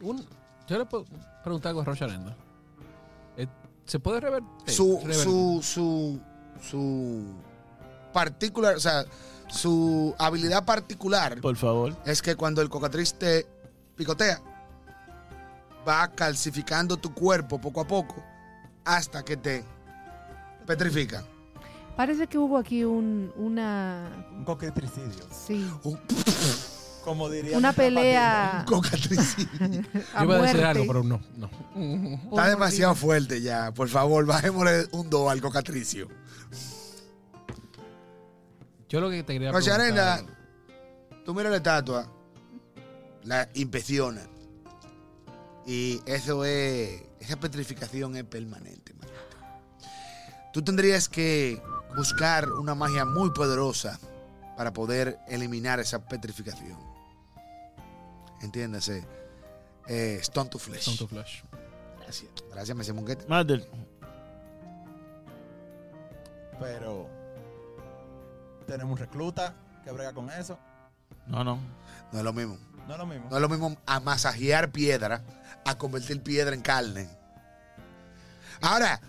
S2: Un- yo le puedo preguntar algo a Rocha Arenda. Eh, ¿Se puede revertir?
S4: su,
S2: Revertir.
S4: su, su, su particular, o sea, su habilidad particular
S5: Por favor.
S4: es que cuando el cocatriz te picotea, va calcificando tu cuerpo poco a poco hasta que te petrifica.
S3: Parece que hubo aquí un, una.
S1: Un coquetricidio.
S3: Sí.
S4: Un
S1: Como diría.
S3: Una
S1: mi papá,
S3: pelea.
S4: cocatriz.
S2: Yo
S3: A
S2: iba a decir
S3: muerte.
S2: algo, pero no, no.
S4: Está demasiado fuerte ya. Por favor, bajémosle un do al cocatricio.
S2: Yo lo que te quería
S4: Rocha
S2: preguntar...
S4: Arena, tú miras la estatua, la impresiona. Y eso es. Esa petrificación es permanente, manito. Tú tendrías que buscar una magia muy poderosa para poder eliminar esa petrificación. Entiéndase. Eh, stone to flesh.
S2: Sound of Flash.
S4: Gracias. Gracias, Messi Munguete.
S5: Mate.
S1: Pero. Tenemos un recluta que brega con eso.
S5: No, no.
S4: No es lo mismo.
S1: No es lo mismo.
S4: No es lo mismo a masajear piedra a convertir piedra en carne. Ahora,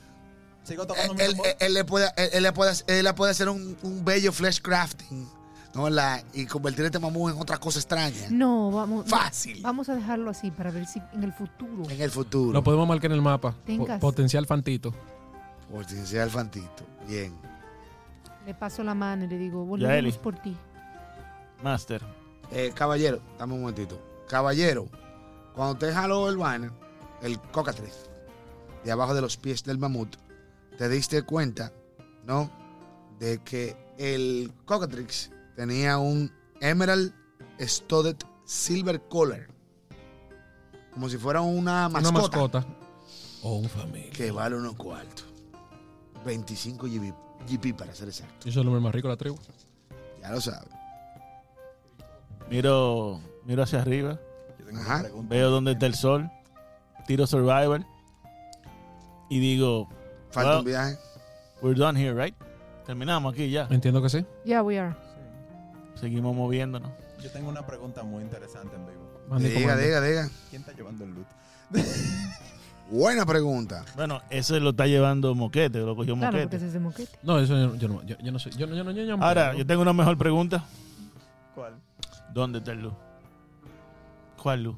S1: Sigo
S2: Eh,
S4: él,
S1: tocando mi
S4: él-
S1: tambor.
S4: él le puede, él, él le puede, él le puede hacer un, un bello flesh crafting ¿no? La- y convertir este mamú en otra cosa extraña.
S3: No, vamos. no.
S4: Fácil.
S3: Vamos a dejarlo así para ver si en el futuro.
S4: En el futuro.
S2: Lo podemos marcar en el mapa. Po-
S3: Tengas.
S2: Potencial fantito.
S4: Potencial fantito. Bien.
S3: Le paso la mano y le digo, volvemos
S5: Yaeli.
S3: por ti.
S5: Master.
S4: Eh, caballero, dame un momentito. Caballero, cuando usted jaló el banner, el cocatriz, de abajo de los pies del mamut, te diste cuenta, ¿no? De que el cocatrix tenía un emerald studded silver collar. Como si fuera una mascota.
S2: Una mascota. O un familia.
S4: Que vale unos cuartos. 25 GB, GB para ser exacto.
S2: Yo soy el hombre más rico de la tribu.
S4: Ya lo sabe.
S5: Miro, miro hacia arriba.
S1: Yo tengo
S4: Ajá.
S1: una pregunta.
S5: Veo dónde está el sol. Tiro Survivor. Y digo,
S4: Falta
S5: Wow.
S4: un viaje.
S5: we're done here, right? Terminamos aquí ya.
S2: Entiendo que sí.
S3: Yeah, we are.
S5: Seguimos moviéndonos.
S1: Yo tengo una pregunta muy interesante en vivo.
S2: Mande y
S4: diga,
S2: comande.
S4: diga, diga.
S1: ¿Quién está llevando el loot?
S4: Buena pregunta.
S5: Bueno, eso lo está llevando Moquete, lo cogió
S3: Claro, porque
S5: Moquete.
S3: ese es de moquete.
S2: No, eso yo, yo no, yo, yo no sé. Yo, no- yo, no- yo, no-
S5: Ahora,
S2: no.
S5: yo tengo una mejor pregunta.
S1: ¿Cuál?
S5: ¿Dónde está el luz? ¿Cuál luz?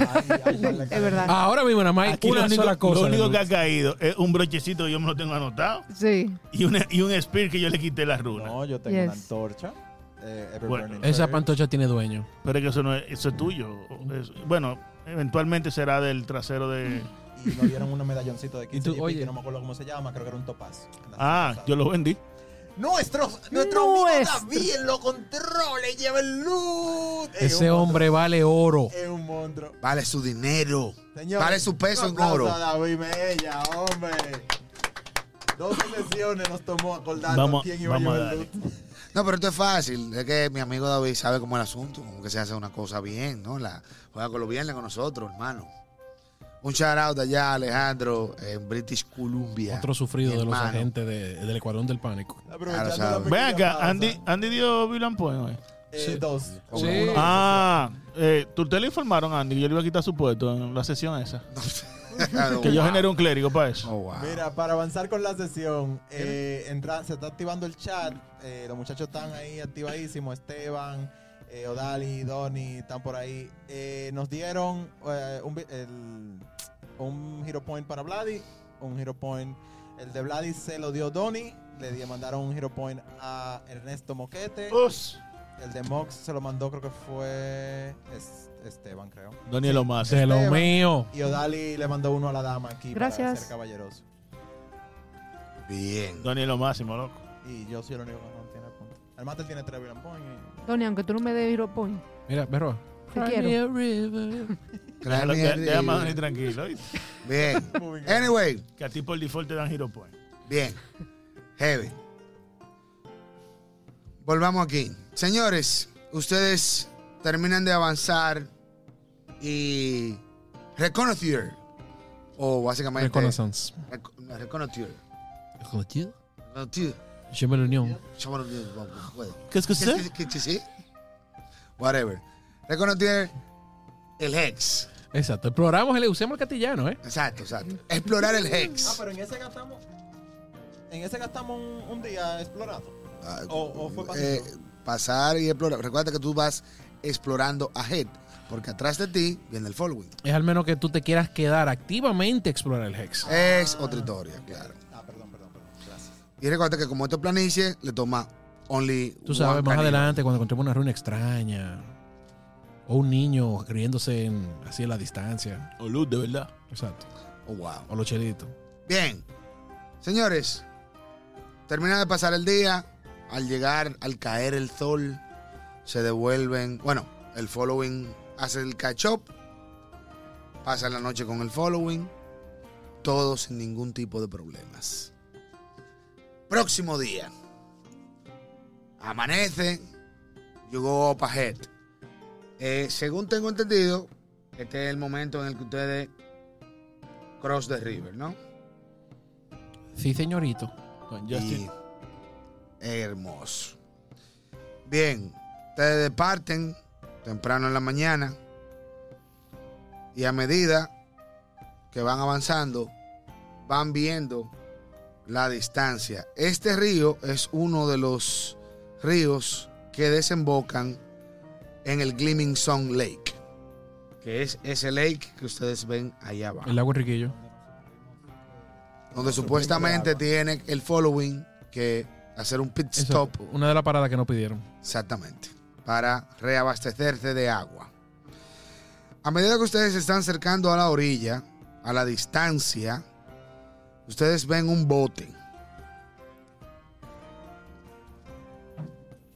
S1: Ay, ay, ay, la
S3: Es
S1: cara.
S3: verdad.
S2: Ahora mismo nada más hay
S5: Aquí
S2: una
S5: lo único,
S2: sola cosa.
S5: Lo único
S2: Luz.
S5: que ha caído es un brochecito que yo me lo tengo anotado
S3: Sí.
S5: y, una- y un spear que yo le quité la runa.
S1: No, yo tengo una
S3: Yes.
S1: antorcha. eh, Ever
S5: Bueno,
S1: Burning
S2: Esa
S1: Fire.
S2: pantocha tiene dueño.
S5: Pero es que eso no es, eso es tuyo. Es- bueno, eventualmente será del trasero de.
S1: Y nos dieron un medalloncito de 15
S2: tú,
S1: GP,
S2: oye.
S1: que no me acuerdo cómo se llama, creo que era un topaz.
S5: Ah, yo lo vendí.
S1: Nuestro, nuestro amigo
S3: Nuestro.
S1: David lo controla y lleva el loot. Es
S2: Ese
S1: un monstruo,
S2: hombre vale oro.
S1: Es un monstruo.
S4: Vale su dinero.
S1: Señores,
S4: vale su peso
S1: un
S4: en
S1: aplauso
S4: oro.
S1: a David Mella, hombre. Dos sesiones nos tomó acordando
S5: Vamos-
S1: quién iba a
S5: vamos a
S1: llevar el
S5: darle.
S1: loot.
S4: No, pero esto es fácil. Es que mi amigo David sabe cómo es el asunto. Como que se hace una cosa bien, ¿no? La, juega con los viernes con nosotros, hermano. Un shout out allá, Alejandro, en British Columbia.
S2: Otro sufrido
S4: Mi
S2: de los
S4: hermano.
S2: agentes de- del Escuadrón del Pánico.
S1: Aprovechando
S4: sabe.
S1: la
S5: Ven
S1: pequeña
S5: acá,
S1: pausa,
S5: Andy, Andy dio Villain Point hoy.
S1: eh,
S2: Sí.
S1: Dos.
S4: Sí.
S5: Ah, eh, tú te le informaron, Andy, que yo le iba a quitar su puesto en la sesión esa. Que
S4: Ah.
S5: yo generé un clérigo para eso.
S4: Oh, wow.
S1: Mira, para avanzar con la sesión, eh, entra- se está activando el chat. eh, los muchachos están ahí activadísimos. Esteban, eh, Odali, Donny, están por ahí. Eh, nos dieron eh, un, vi- el- un hero point para Vladi, un hero point. El de Vladi se lo dio Donny. Le di- mandaron un hero point a Ernesto Moquete.
S5: Us.
S1: El de Mox se lo mandó, creo que fue es- Esteban, creo.
S5: Daniel Omar.
S2: De lo
S1: Esteban.
S2: mío.
S1: Y Odali le mandó uno a la dama aquí para
S3: Gracias.
S1: ser caballeroso.
S4: Bien.
S5: Daniel lo máximo, loco.
S1: Y yo soy el único que no tiene punto. El Master tiene tres Villain Point. y-
S3: Tony, aunque tú no me des hero point,
S2: Mira, perro.
S3: te quiero.
S4: Pues este- Gracias,
S5: Déjalo-
S4: mi-
S5: Déjame a Dani tranquilo. ¿oíste?
S4: Bien.
S1: Moving on.
S4: Anyway,
S5: Que a ti por default te dan Hero Point.
S4: bien. Heavy. Volvamos aquí. Señores, ustedes terminan de avanzar y reconocer. O básicamente.
S2: Reconnaissance.
S4: Rec- no, Reconocer. Reconocer.
S2: Yo me la unión.
S4: Llámalo bien, vamos, joder.
S5: ¿Qué es que
S4: ¿Qué- qué- qué- qué- sí? Whatever. Reconocer el hex.
S2: Exacto. Exploramos el usamos el castellano, ¿eh?
S4: Exacto, exacto. Explorar el
S1: Ah,
S4: hex.
S1: pero en ese gastamos. En ese gastamos un, un día explorando.
S4: Ah,
S1: o- o fue
S4: eh, pasar y explorar. Recuerda que tú vas explorando ahead, porque atrás de ti viene el following.
S2: Es al menos que tú te quieras quedar activamente a explorar el Hex.
S4: Es otra historia, claro.
S1: Ah, perdón, perdón, perdón. Gracias.
S4: Y recuerda que como esto es planicie, le toma only
S2: Tú sabes,
S4: one
S2: más
S4: canino.
S2: adelante, cuando encontremos una ruina extraña. O un niño riéndose en, así en la distancia.
S5: O luz, de verdad.
S2: Exacto.
S4: Oh, wow.
S2: O los chelitos.
S4: Bien. Señores, termina de pasar el día. Al llegar, al caer el sol, se devuelven. Bueno, el following hace el catch up. Pasa la noche con el following. Todo sin ningún tipo de problemas. Próximo día. Amanece. You go up ahead. Eh, según tengo entendido, este es el momento en el que ustedes cross the river, ¿no?
S2: Sí, señorito.
S5: Con
S4: Y-
S5: Justin.
S4: hermoso. Bien, ustedes departen temprano en la mañana y a medida que van avanzando, van viendo la distancia. Este río es uno de los ríos que desembocan en el Gleaming Sun Lake, que es ese lake que ustedes ven allá abajo
S2: El lago Enriquillo.
S4: donde supuestamente tiene el following que hacer un pit
S2: Exacto.
S4: stop
S2: Una de las paradas que nos pidieron.
S4: exactamente para reabastecerse de agua. A medida que ustedes se están acercando a la orilla, a la distancia, ustedes ven un bote.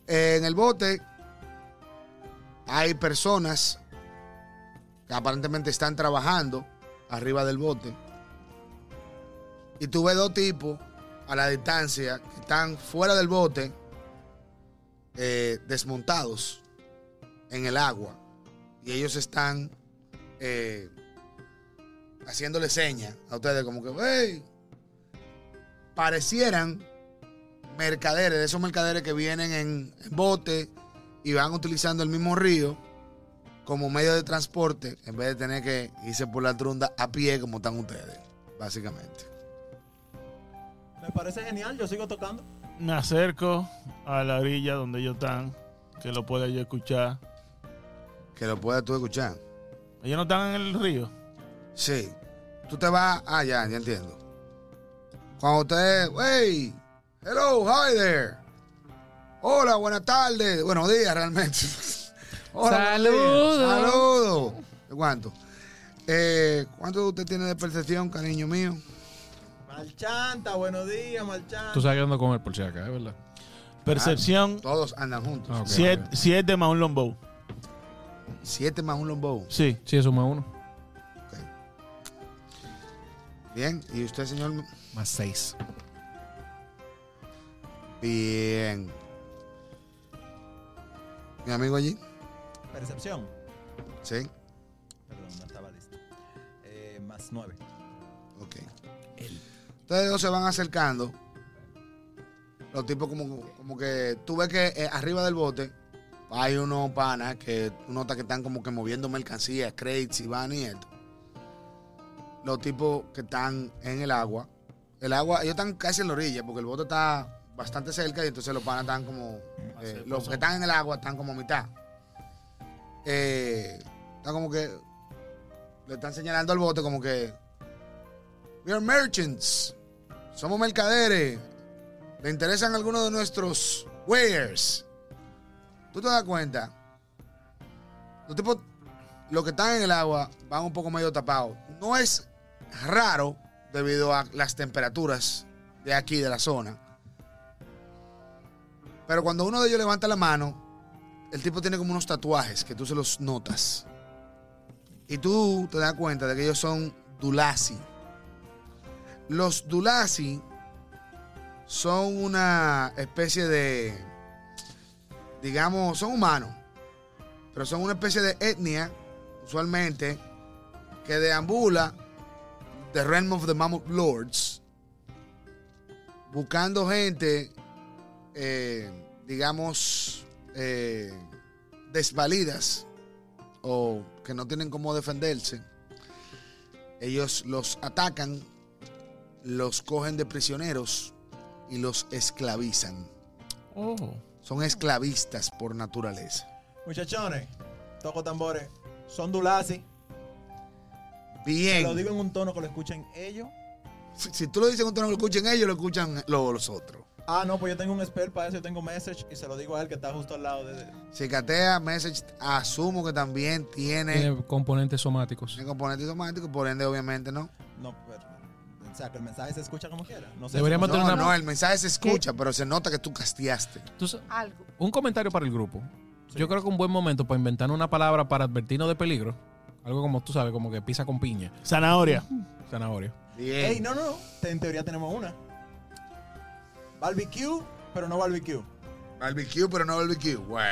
S4: En el bote hay personas que aparentemente están trabajando arriba del bote. Y tú ves dos tipos a la distancia que están fuera del bote, eh, desmontados en el agua. Y ellos están eh, haciéndole señas a ustedes como que, "Hey". Parecieran mercaderes, de esos mercaderes que vienen en, en bote y van utilizando el mismo río como medio de transporte en vez de tener que irse por la trunda a pie como están ustedes, básicamente.
S1: Me parece genial, yo sigo tocando.
S5: Me acerco a la orilla donde ellos están, que lo pueda yo escuchar.
S4: Que lo puedas tú escuchar.
S5: Ellos no están en el río.
S4: Sí. Tú te vas. Ah, ya, ya entiendo. Cuando ustedes. ¡Hey! ¡Hello! ¡Hi there! Hola, buenas tardes. Buenos días, realmente. buenos días.
S2: Saludos.
S4: ¡Saludos! ¿De ¿Cuánto? Eh, ¿Cuánto usted tiene de percepción, cariño mío?
S1: Marchanta, buenos días, Marchanta.
S2: Tú sabes que ando con él por si acá, ¿verdad?
S5: Percepción
S4: Todos andan juntos.
S2: Ah, ok.
S5: siete siete más un longbow.
S4: Siete más un lombo.
S5: Sí.
S2: Sí, eso más uno.
S4: Bien. ¿Y usted, señor?
S2: Más seis.
S4: Bien. ¿Mi amigo allí?
S1: Percepción.
S4: Sí.
S1: Perdón, no estaba listo. Eh, más nueve.
S4: Ok. Ustedes dos se van acercando. Los tipos como, como que... Tú ves que eh, arriba del bote hay unos panas que tú notas que están como que moviendo mercancías, crates y van y esto. Los tipos que están en el agua. El agua, ellos están casi en la orilla porque el bote está bastante cerca y entonces los panas están como... eh, los que están en el agua están como a mitad. Eh, están como que... Le están señalando al bote como que... We are merchants. Somos mercaderes. ¿Le interesan algunos de nuestros wares? ¿Tú te das cuenta? Los tipos, los que están en el agua, van un poco medio tapados. No es raro debido a las temperaturas de aquí, de la zona. Pero cuando uno de ellos levanta la mano, el tipo tiene como unos tatuajes que tú se los notas. Y tú te das cuenta de que ellos son Dulasi. Los Dulasi son una especie de, digamos, son humanos, pero son una especie de etnia, usualmente, que deambula the realm of the mammoth lords, buscando gente, eh, digamos, eh, desvalidas o que no tienen cómo defenderse. Ellos los atacan los cogen de prisioneros y los esclavizan.
S2: Oh.
S4: Son esclavistas por naturaleza.
S1: Muchachones, toco tambores. Son Dulasi. Te lo
S4: Bien.
S1: digo en un tono que lo escuchen ellos.
S4: Si, si tú lo dices, ustedes no lo escuchan ellos, lo escuchan lo- los otros.
S1: Ah, no, pues yo tengo un spell para eso, yo tengo un message y se lo digo a él que está justo al lado de...
S4: Cicatea, Message, asumo que también tiene,
S2: Tiene componentes somáticos.
S4: tiene componente automático, por ende, obviamente, ¿no?
S1: No, pero... O sea, que el mensaje se escucha como quiera. No sé
S2: Deberíamos
S1: si-
S2: tener
S4: No,
S2: una-
S4: no, el mensaje se escucha, pero se nota que tú casteaste.
S2: Tú sa-
S3: Algo.
S2: Un comentario para el grupo. Yo creo que un buen momento para inventar una palabra para advertirnos de peligro. Algo como tú sabes, como que pisa con piña,
S5: Zanahoria.
S2: zanahoria.
S4: Bien.
S1: Ey, no, no, no. Te- En teoría tenemos una. Barbecue, pero no barbecue.
S4: Barbecue, pero no barbecue. Bueno.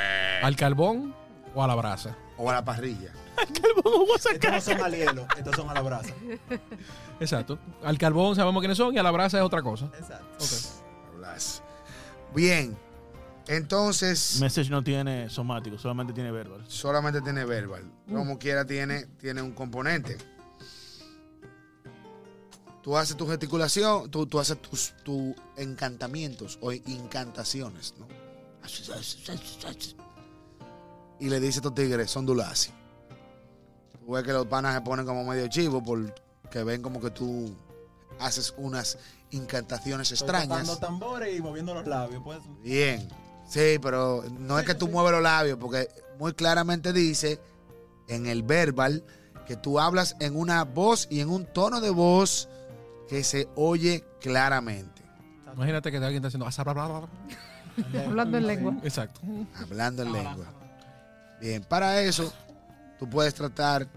S2: Al carbón o a la brasa.
S4: O a la parrilla.
S1: Estos no son al hielo, estos son a la brasa.
S2: Exacto. Al carbón sabemos quiénes son y a la brasa es otra cosa.
S1: Exacto.
S4: Hablas. Bien. Entonces.
S5: Message no tiene somático, solamente tiene verbal.
S4: solamente tiene verbal.
S1: Mm.
S4: Como quiera tiene, tiene un componente. Tú haces tu gesticulación, tú, tú haces tus tu encantamientos o incantaciones, ¿no? Y le dice a estos tigres, son dulasi. Tú ves que los panas se ponen como medio chivo porque ven como que tú haces unas incantaciones
S1: Estoy
S4: extrañas.
S1: tocando tambores y moviendo los labios, pues.
S4: Bien. Sí, pero no es que tú mueves los labios, porque muy claramente dice en el verbal que tú hablas en una voz y en un tono de voz que se oye claramente.
S2: Imagínate que alguien está haciendo... asa, bla, bla, bla.
S3: Hablando en lengua.
S2: Exacto.
S4: Hablando en lengua. Bien, para eso tú puedes tratar,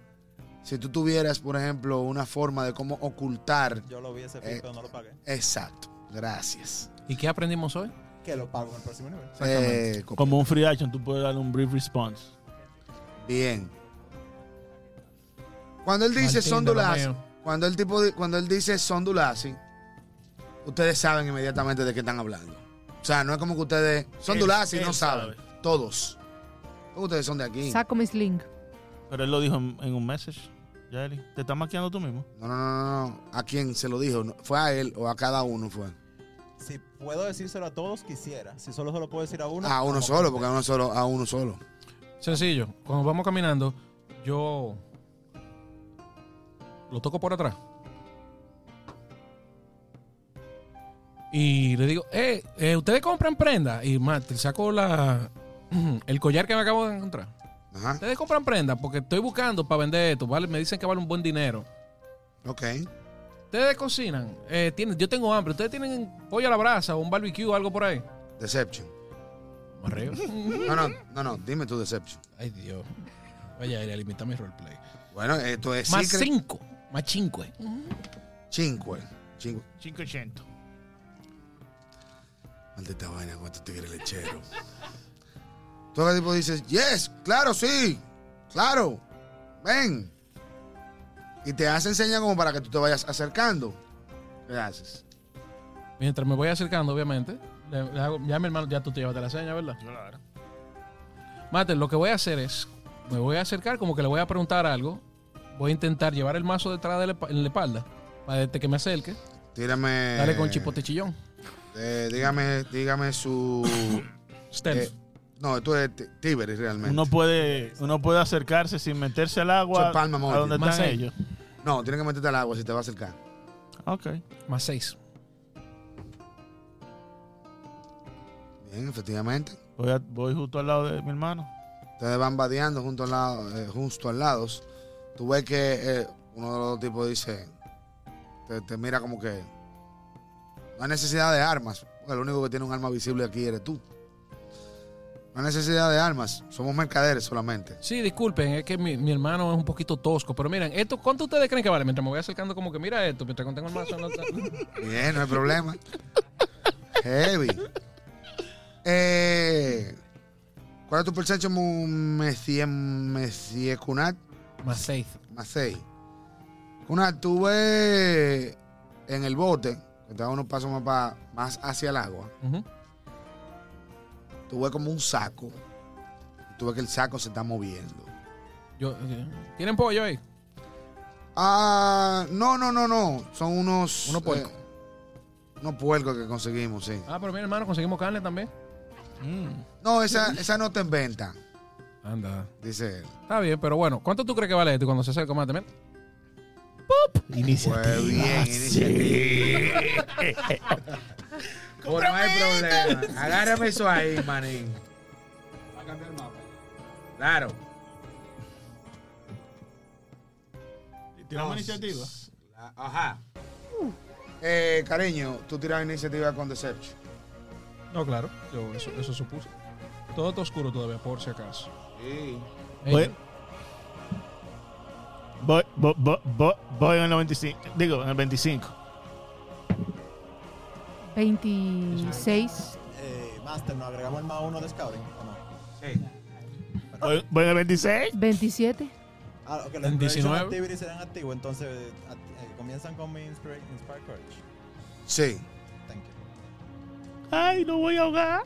S4: si tú tuvieras, por ejemplo, una forma de cómo ocultar.
S1: Yo lo vi ese
S4: Eh.
S1: film, pero no lo pagué.
S4: Exacto, gracias.
S2: ¿Y qué aprendimos hoy?
S1: Que lo pago en el próximo nivel.
S2: Exactamente.
S4: Eh, co-
S5: Como un free action, tú puedes darle un brief response.
S4: bien. Cuando él dice
S2: Martín
S4: son
S2: de
S4: dulas,
S2: Romeo.
S4: Cuando el tipo di- cuando él dice son Dulasi, ustedes saben inmediatamente de qué están hablando. O sea, no es como que ustedes son
S5: Él-
S4: Dulasi y
S5: él
S4: no saben. Todos. Ustedes son de aquí.
S3: Saco mi sling.
S5: Pero él lo dijo en, en un message. Yaeli, ¿te estás maquillando tú mismo?
S4: No, no, no, no. ¿A quién se lo dijo? ¿No? ¿Fue a él o a cada uno fue?
S1: Si puedo decírselo a todos, quisiera. Si solo se lo puedo decir a uno.
S4: A uno
S1: vamos
S4: solo,
S1: con-
S4: porque a uno solo, a uno solo.
S2: Sencillo. Cuando vamos caminando, yo lo toco por atrás. Y le digo, eh, eh, ¿ustedes compran prendas? Y Matt, saco la, el collar que me acabo de encontrar.
S4: Ajá.
S2: ¿Ustedes compran prendas? Porque estoy buscando para vender esto. ¿vale? Me dicen que vale un buen dinero.
S4: Ok.
S2: ¿Ustedes cocinan? Eh, tienen- yo tengo hambre. ¿Ustedes tienen pollo a la brasa o un barbecue o algo por ahí?
S4: Deception.
S2: Marreo.
S4: No, no, no, no. Dime tu deception.
S2: Ay, Dios. Vaya, le limita mi roleplay.
S4: Bueno, esto es
S2: Más
S4: Secret
S2: cinco. Más cinco, eh.
S4: Cinque. Cinque.
S5: 580.
S4: Maldita vaina con estos tigres lecheros. Todo el tipo dices, yes, claro, sí, claro, ven. Y te hacen señas como para que tú te vayas acercando. ¿Qué haces?
S2: Mientras me voy acercando, obviamente, le- le hago- ya mi hermano, ya tú te llevaste la seña, ¿verdad?
S5: Claro.
S2: Mate, lo que voy a hacer es, me voy a acercar como que le voy a preguntar algo. Voy a intentar llevar el mazo detrás de la, espa- en la espalda para desde que me acerque.
S4: Tírame.
S2: Dale con chipote chillón.
S4: eh, dígame, dígame su.
S2: Stealth.
S4: eh, no, tú eres t- Tiberis realmente.
S5: Uno puede, uno puede acercarse sin meterse al agua
S4: Soy palma, amor.
S5: a donde
S2: Más
S5: están
S2: seis.
S5: ellos.
S4: No, tienes que meterte al agua si te va a acercar.
S5: Ok.
S2: más seis.
S4: Bien, efectivamente.
S5: Voy, a- voy justo al lado de mi hermano.
S4: Ustedes van vadeando junto al lado, eh, justo al lado. Tú ves que eh, uno de los dos tipos dice, te, te mira como que no hay necesidad de armas. Porque el único que tiene un arma visible aquí eres tú. No hay necesidad de armas. Somos mercaderes solamente.
S2: Sí, disculpen, es que mi, mi hermano es un poquito tosco. Pero miren, esto, ¿cuánto ustedes creen que vale? Mientras me voy acercando, como que mira esto, mientras contengo el mazo. en la otra-
S4: Bien, no hay problema. Heavy. Eh, ¿Cuál es tu percepción, mu- Messie, Messie Kunat?
S2: más seis.
S4: más seis. Una tuve en el bote, que estaba unos pasos más, pa- más hacia el agua.
S2: Ujú.
S4: Tuve como un saco. Tuve que el saco se está moviendo.
S2: Yo, eh, ¿Tienen pollo ahí?
S4: Ah, no, no, no, no. Son unos.
S2: Unos puercos.
S4: eh, unos puercos que conseguimos, sí.
S2: Ah, pero mi hermano, conseguimos carne también.
S4: No, esa, esa no está en venta,
S2: Anda.
S4: dice él.
S2: Está bien, pero bueno, ¿cuánto tú crees que vale esto cuando se acerca más también?
S4: Pues bien, iniciativa.
S7: Pues no hay problema. Agárrame eso ahí, manín.
S6: Va a cambiar el mapa.
S7: Claro.
S5: ¿Tiramos iniciativa?
S7: La- Ajá.
S4: Eh, cariño, tú tiras iniciativa con Deception.
S2: No, claro, yo eso, eso supuse. Todo está oscuro todavía, por si acaso.
S7: Sí.
S2: Ey,
S5: Voy, voy, voy, voy- voy- voy en el 95. Digo, en el 25.
S3: 26.
S1: Eh, Master, ¿nos agregamos el más uno de Scouting? ¿o no?
S7: Sí.
S5: Voy, voy en el 26.
S3: 27.
S1: Ah, ok,
S2: En
S1: los 19
S2: 19.
S1: activities serán activos, entonces eh, act- eh, comienzan con mi Inspire, Inspire Courage.
S4: Sí.
S1: Thank you.
S5: Ay, no voy a ahogar.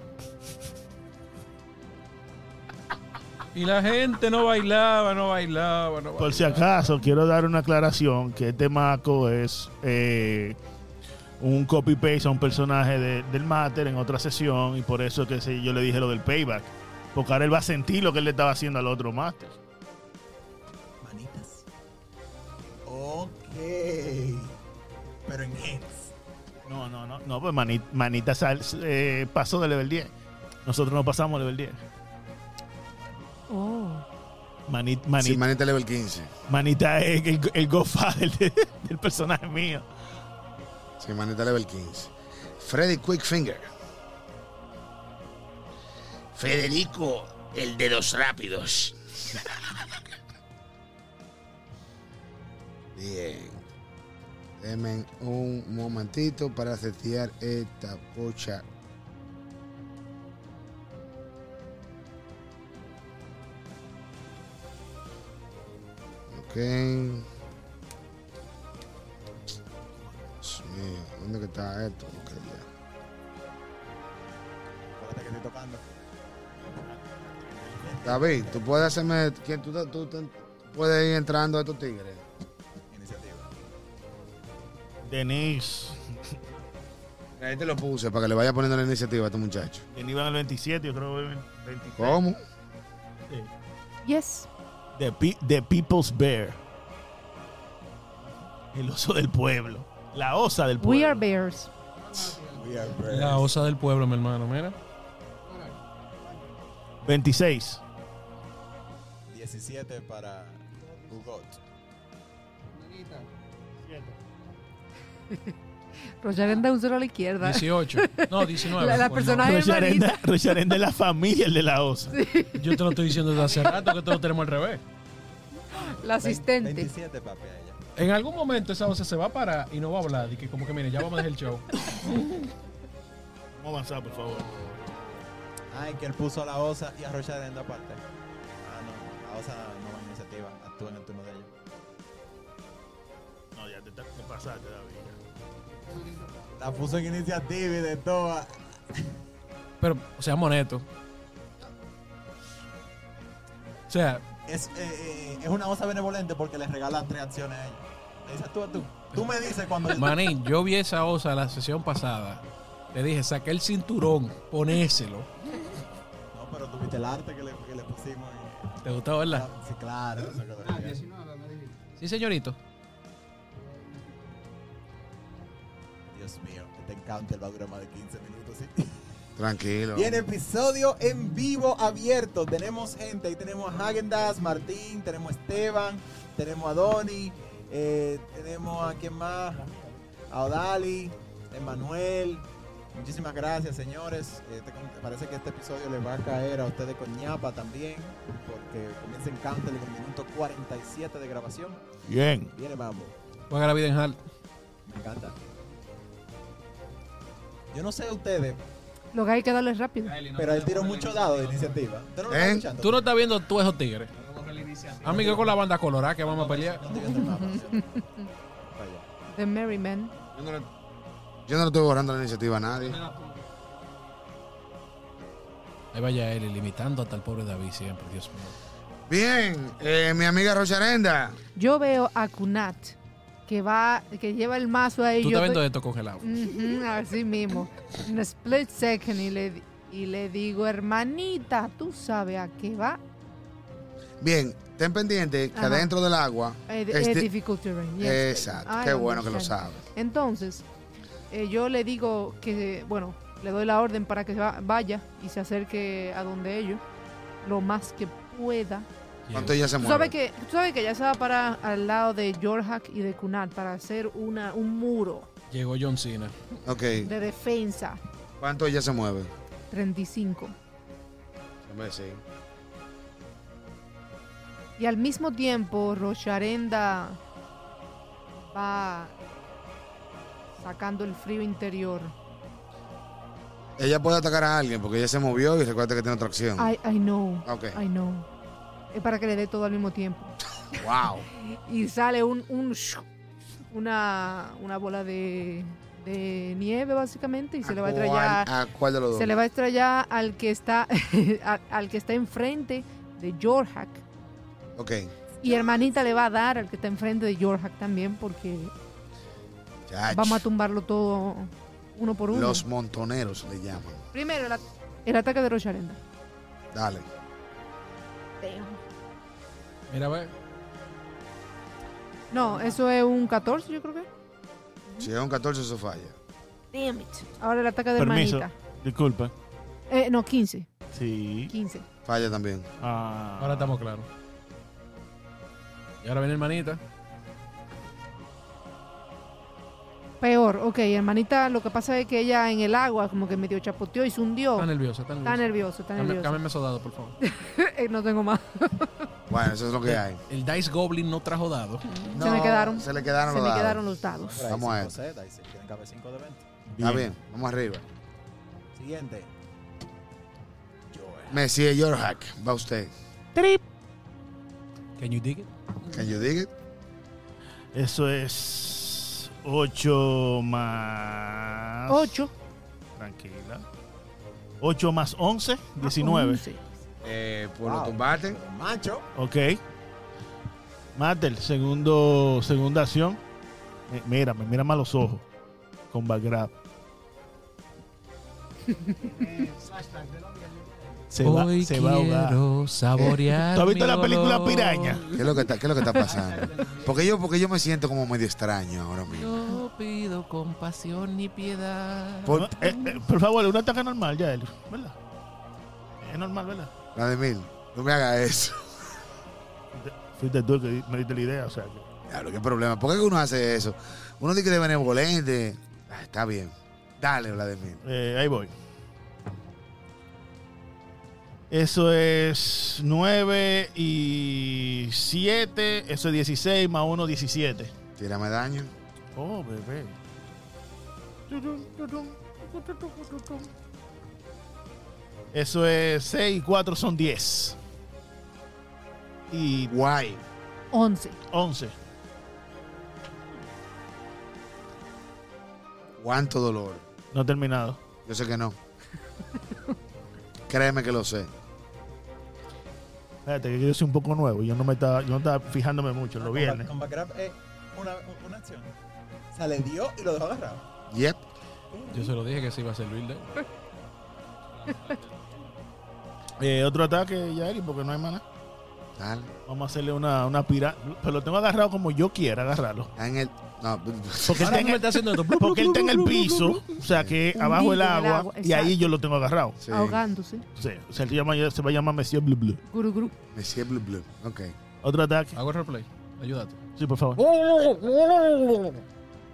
S2: Y la gente no bailaba, no bailaba, no bailaba.
S5: Por si acaso, quiero dar una aclaración que este maco es eh, un copy-paste a un personaje de- del Mater en otra sesión y por eso que se- yo le dije lo del payback. Porque ahora él va a sentir lo que él le estaba haciendo al otro Master.
S1: Manitas. Ok. Pero en hits.
S5: No, no, no, no, pues mani- Manita sal- eh, pasó de level 10. Nosotros no pasamos level 10.
S3: Oh.
S5: Mani-
S4: Manita.
S5: mani-
S4: Sí, manita level 15.
S5: Manita es el, el godfather de- del personaje mío.
S4: Sí, manita level 15. Freddy Quickfinger.
S7: Federico, el de los rápidos.
S4: Bien. Denme un momentito para setear esta pocha. Ok. Dios mío, ¿dónde que está esto? Ok, ya.
S1: Acuérdate que estoy tocando.
S4: David, tú puedes hacerme. ¿quién, tú, tú- tú puedes ir entrando a estos tigres.
S1: Iniciativa.
S5: Denise.
S4: La gente lo puse para que le vaya poniendo la iniciativa a este muchacho.
S5: Denise va en el 27, yo creo que va en el 26.
S4: ¿Cómo?
S5: Sí.
S3: Yes.
S5: The, Pe- The People's Bear. El oso del pueblo. La osa del pueblo.
S3: We are bears.
S1: pues.
S2: La osa del pueblo, mi hermano, mira.
S5: 26.
S1: 17 para Hugot.
S3: Rosharenda un cero a la izquierda.
S2: 18. No, 19.
S3: La- la
S2: pues,
S3: persona- Ay,
S5: Rocharenda Rocharenda es la familia, el de la osa.
S2: no. Yo te lo estoy diciendo desde hace rato que te lo tenemos al revés.
S3: La asistente.
S1: 27 papi a ella.
S2: En algún momento esa osa se va para y no va a hablar. Y que como que, mire, ya vamos a dejar el show.
S5: Vamos a avanzar, por favor.
S1: Ay, que él puso a la osa y a Rocharenda aparte. Ah, no. La osa no va en iniciativa. Actúa en el turno de ella.
S5: No, ya te, te pasaste, David. ya.
S1: La puso en iniciativa y de todo.
S2: Pero seamos honestos. O sea,
S1: Es, eh, eh, es una osa benevolente porque le regala tres acciones a ella. Le dice actúa tú. Tú me dices cuando yo
S2: Manín, yo vi esa osa la sesión pasada. Le dije, saca el cinturón, ponéselo.
S1: No, pero tuviste el arte que le, que le pusimos. ahí.
S2: ¿Te gustó, verdad?
S1: Ah, Sí, claro. eso quedó
S8: Ah,
S1: bien.
S8: 19, me dijiste.
S2: Sí, señorito.
S1: Dios mío, este encounter va a durar más de 15 minutos. ¿sí?
S4: Tranquilo.
S1: Y en episodio en vivo abierto. Tenemos gente. Ahí tenemos a Hagendas, Martín, tenemos a Esteban, tenemos a Donny, eh, tenemos a quién más, a Odali, Emanuel. Muchísimas gracias, señores. Este con- parece que este episodio les va a caer a ustedes con ñapa también, porque comienza Encounter en el minuto 47 de grabación.
S5: Bien.
S1: Viene, vamos.
S2: Juega la vida en Hal.
S1: Me encanta. Yo no sé de ustedes,
S3: Lo que hay que darle es rápido.
S1: pero él tiró muchos dados de iniciativa. ¿Usted no lo está
S4: ¿Eh?
S1: escuchando?
S2: Tú no estás viendo tú esos tigres. Amigo con la banda colorada que vamos a pelear.
S4: ¿Eh?
S1: No estoy viendo el mapa, ¿sí? Para allá.
S3: The Merry Men.
S4: Yo no, le, yo no le estoy borrando la iniciativa a nadie.
S2: Ahí vaya él, limitando hasta el pobre David siempre, Dios mío.
S4: Bien, eh, mi amiga Rocharenda.
S3: Yo veo a Kunat que va, que lleva el mazo ahí.
S2: Tú
S3: yo
S2: estás viendo
S3: estoy-
S2: esto congelado.
S3: Ujú, así mismo. En split second y le, di- y le digo, hermanita, tú sabes a qué va.
S4: Bien, ten pendiente que
S3: Ajá.
S4: adentro del agua.
S3: Eh,
S4: es
S3: eh,
S4: di-
S3: difficult terrain. Yes.
S4: Este Exacto,
S3: I
S4: qué bueno que lo
S3: understand.
S4: sabes.
S3: Entonces, eh, yo le digo que, bueno, le doy la orden para que va- vaya y se acerque a donde ellos lo más que pueda.
S4: ¿Cuánto ya se
S3: Tú
S4: mueve?
S3: sabes, que, tú sabes que ya se va para al lado de Jorhak y de Kunat para hacer una, un muro
S2: Llegó John Cena.
S4: Ok,
S3: de defensa
S4: ¿cuánto ya se mueve?
S3: 35.
S4: Hombre, sí.
S3: Y al mismo tiempo, Rocharenda va sacando el frío interior.
S4: Ella puede atacar a alguien porque ella se movió y recuerda que tiene otra acción.
S3: I, I know.
S4: Ok.
S3: I know. Es para que le dé todo al mismo tiempo.
S4: Wow.
S3: Y sale un, un shoo, una, una bola de, de nieve, básicamente, y se le va a estrellar.
S4: ¿A cuál de los dos?
S3: Se le va a estrellar al que está a- al que está enfrente de Jorhak.
S4: Ok,
S3: Y hermanita le va a dar al que está enfrente de Jorhak también, porque
S4: ya.
S3: vamos a tumbarlo todo uno por uno.
S4: Los montoneros le llaman.
S3: Primero, el, at- el ataque de Rocharenda.
S4: Dale.
S2: Mira, ve.
S3: No,
S4: Ah.
S3: eso es un 14, yo creo que.
S4: Si es un 14, eso falla.
S3: Damn it. Ahora el ataque de
S5: Permiso.
S3: hermanita.
S5: Disculpa.
S3: Eh, no, 15.
S5: Sí.
S3: 15.
S4: Falla también.
S5: Ah.
S2: Ahora estamos claros. Y ahora viene hermanita.
S3: Peor, ok, hermanita, lo que pasa es que ella en el agua como que medio chapoteó y se hundió.
S2: Está nerviosa, está
S3: Oh. Está
S2: nerviosa.
S3: nervioso, está
S2: Cámbiame-
S3: nervioso.
S2: Cámbiame esos dados, por favor.
S3: Eh, no tengo más.
S4: Bueno, eso es lo que hay.
S2: El Dice Goblin no trajo dados.
S3: se me quedaron.
S4: Se le
S3: Se
S4: quedaron los
S3: me
S4: dados.
S3: quedaron los dados.
S4: Vamos a ver.
S1: Z, dice, tienen que haber 5 de 20.
S4: Está bien, vamos arriba.
S1: Siguiente. Joel.
S4: Messi Yorhack, va usted.
S2: Can you dig it?
S4: Can you dig it?
S5: Eso es 8 más.
S3: 8.
S5: Tranquila. 8 más 11, 19.
S3: Ah,
S4: Eh,
S7: Eh, pues lo
S1: Wow.
S7: tumbaste.
S1: Macho.
S5: Ok. Matel, segundo, segunda acción. Eh, mírame, mírame a los ojos. Con background. se va,
S2: Hoy
S5: se
S2: quiero
S5: va a ahogar.
S2: saborear.
S5: ¿Tú has visto
S2: mi
S5: la película
S2: dolor.
S5: Piraña?
S4: ¿Qué es lo que está, qué es lo que está pasando? Porque yo, porque yo me siento como medio extraño ahora mismo.
S2: No pido compasión ni piedad.
S5: Por, eh, eh, por favor, un ataque normal ya, él, ¿verdad? Es normal, ¿verdad?
S4: Vladimir, no me hagas eso.
S5: Fuiste tú el que me diste la idea, o sea. que-
S4: Claro, qué problema. ¿Por qué uno hace eso? Uno dice que es benevolente. Ah, está bien. Dale, Vladimir.
S5: eh, ahí voy. Eso es 9 y 7. Eso es 16 más 1, 17.
S4: Tírame daño.
S5: Oh, bebé. Eso es 6 y 4 son 10. Y
S4: Guay.
S3: 11.
S5: 11.
S4: Cuánto dolor.
S5: No he terminado.
S4: Yo sé que no. Créeme que lo sé.
S5: Espérate, que yo soy un poco nuevo. Yo no me estaba, yo no estaba fijándome mucho los viernes.
S1: Con background es una, una acción. O sea, le dio y lo dejó agarrado.
S4: Yep.
S2: Yo se lo dije que se iba a hacer Luis Leo.
S5: Eh, otro ataque, Yairi, porque no hay maná.
S4: Dale.
S5: Vamos a hacerle una, una pira. Pero lo tengo agarrado como yo quiera agarrarlo.
S4: Está en el. No.
S5: Porque
S2: Ahora
S5: él, está en
S2: mismo
S5: el,
S2: está haciendo esto.
S5: porque él está en el piso, o sea que
S3: Hundido
S5: abajo el
S3: en el
S5: agua,
S3: agua,
S5: y ahí yo lo tengo agarrado.
S4: Sí.
S3: Ahogándose.
S5: O sea, o sea, él se, llama- se va a llamar Monsieur Blue Blue.
S3: Guru, guru.
S4: Me siempre blue. Ok.
S5: Otro ataque.
S3: Ah.
S2: Hago replay. Ayúdate.
S5: Sí, por
S3: Oh.
S5: favor.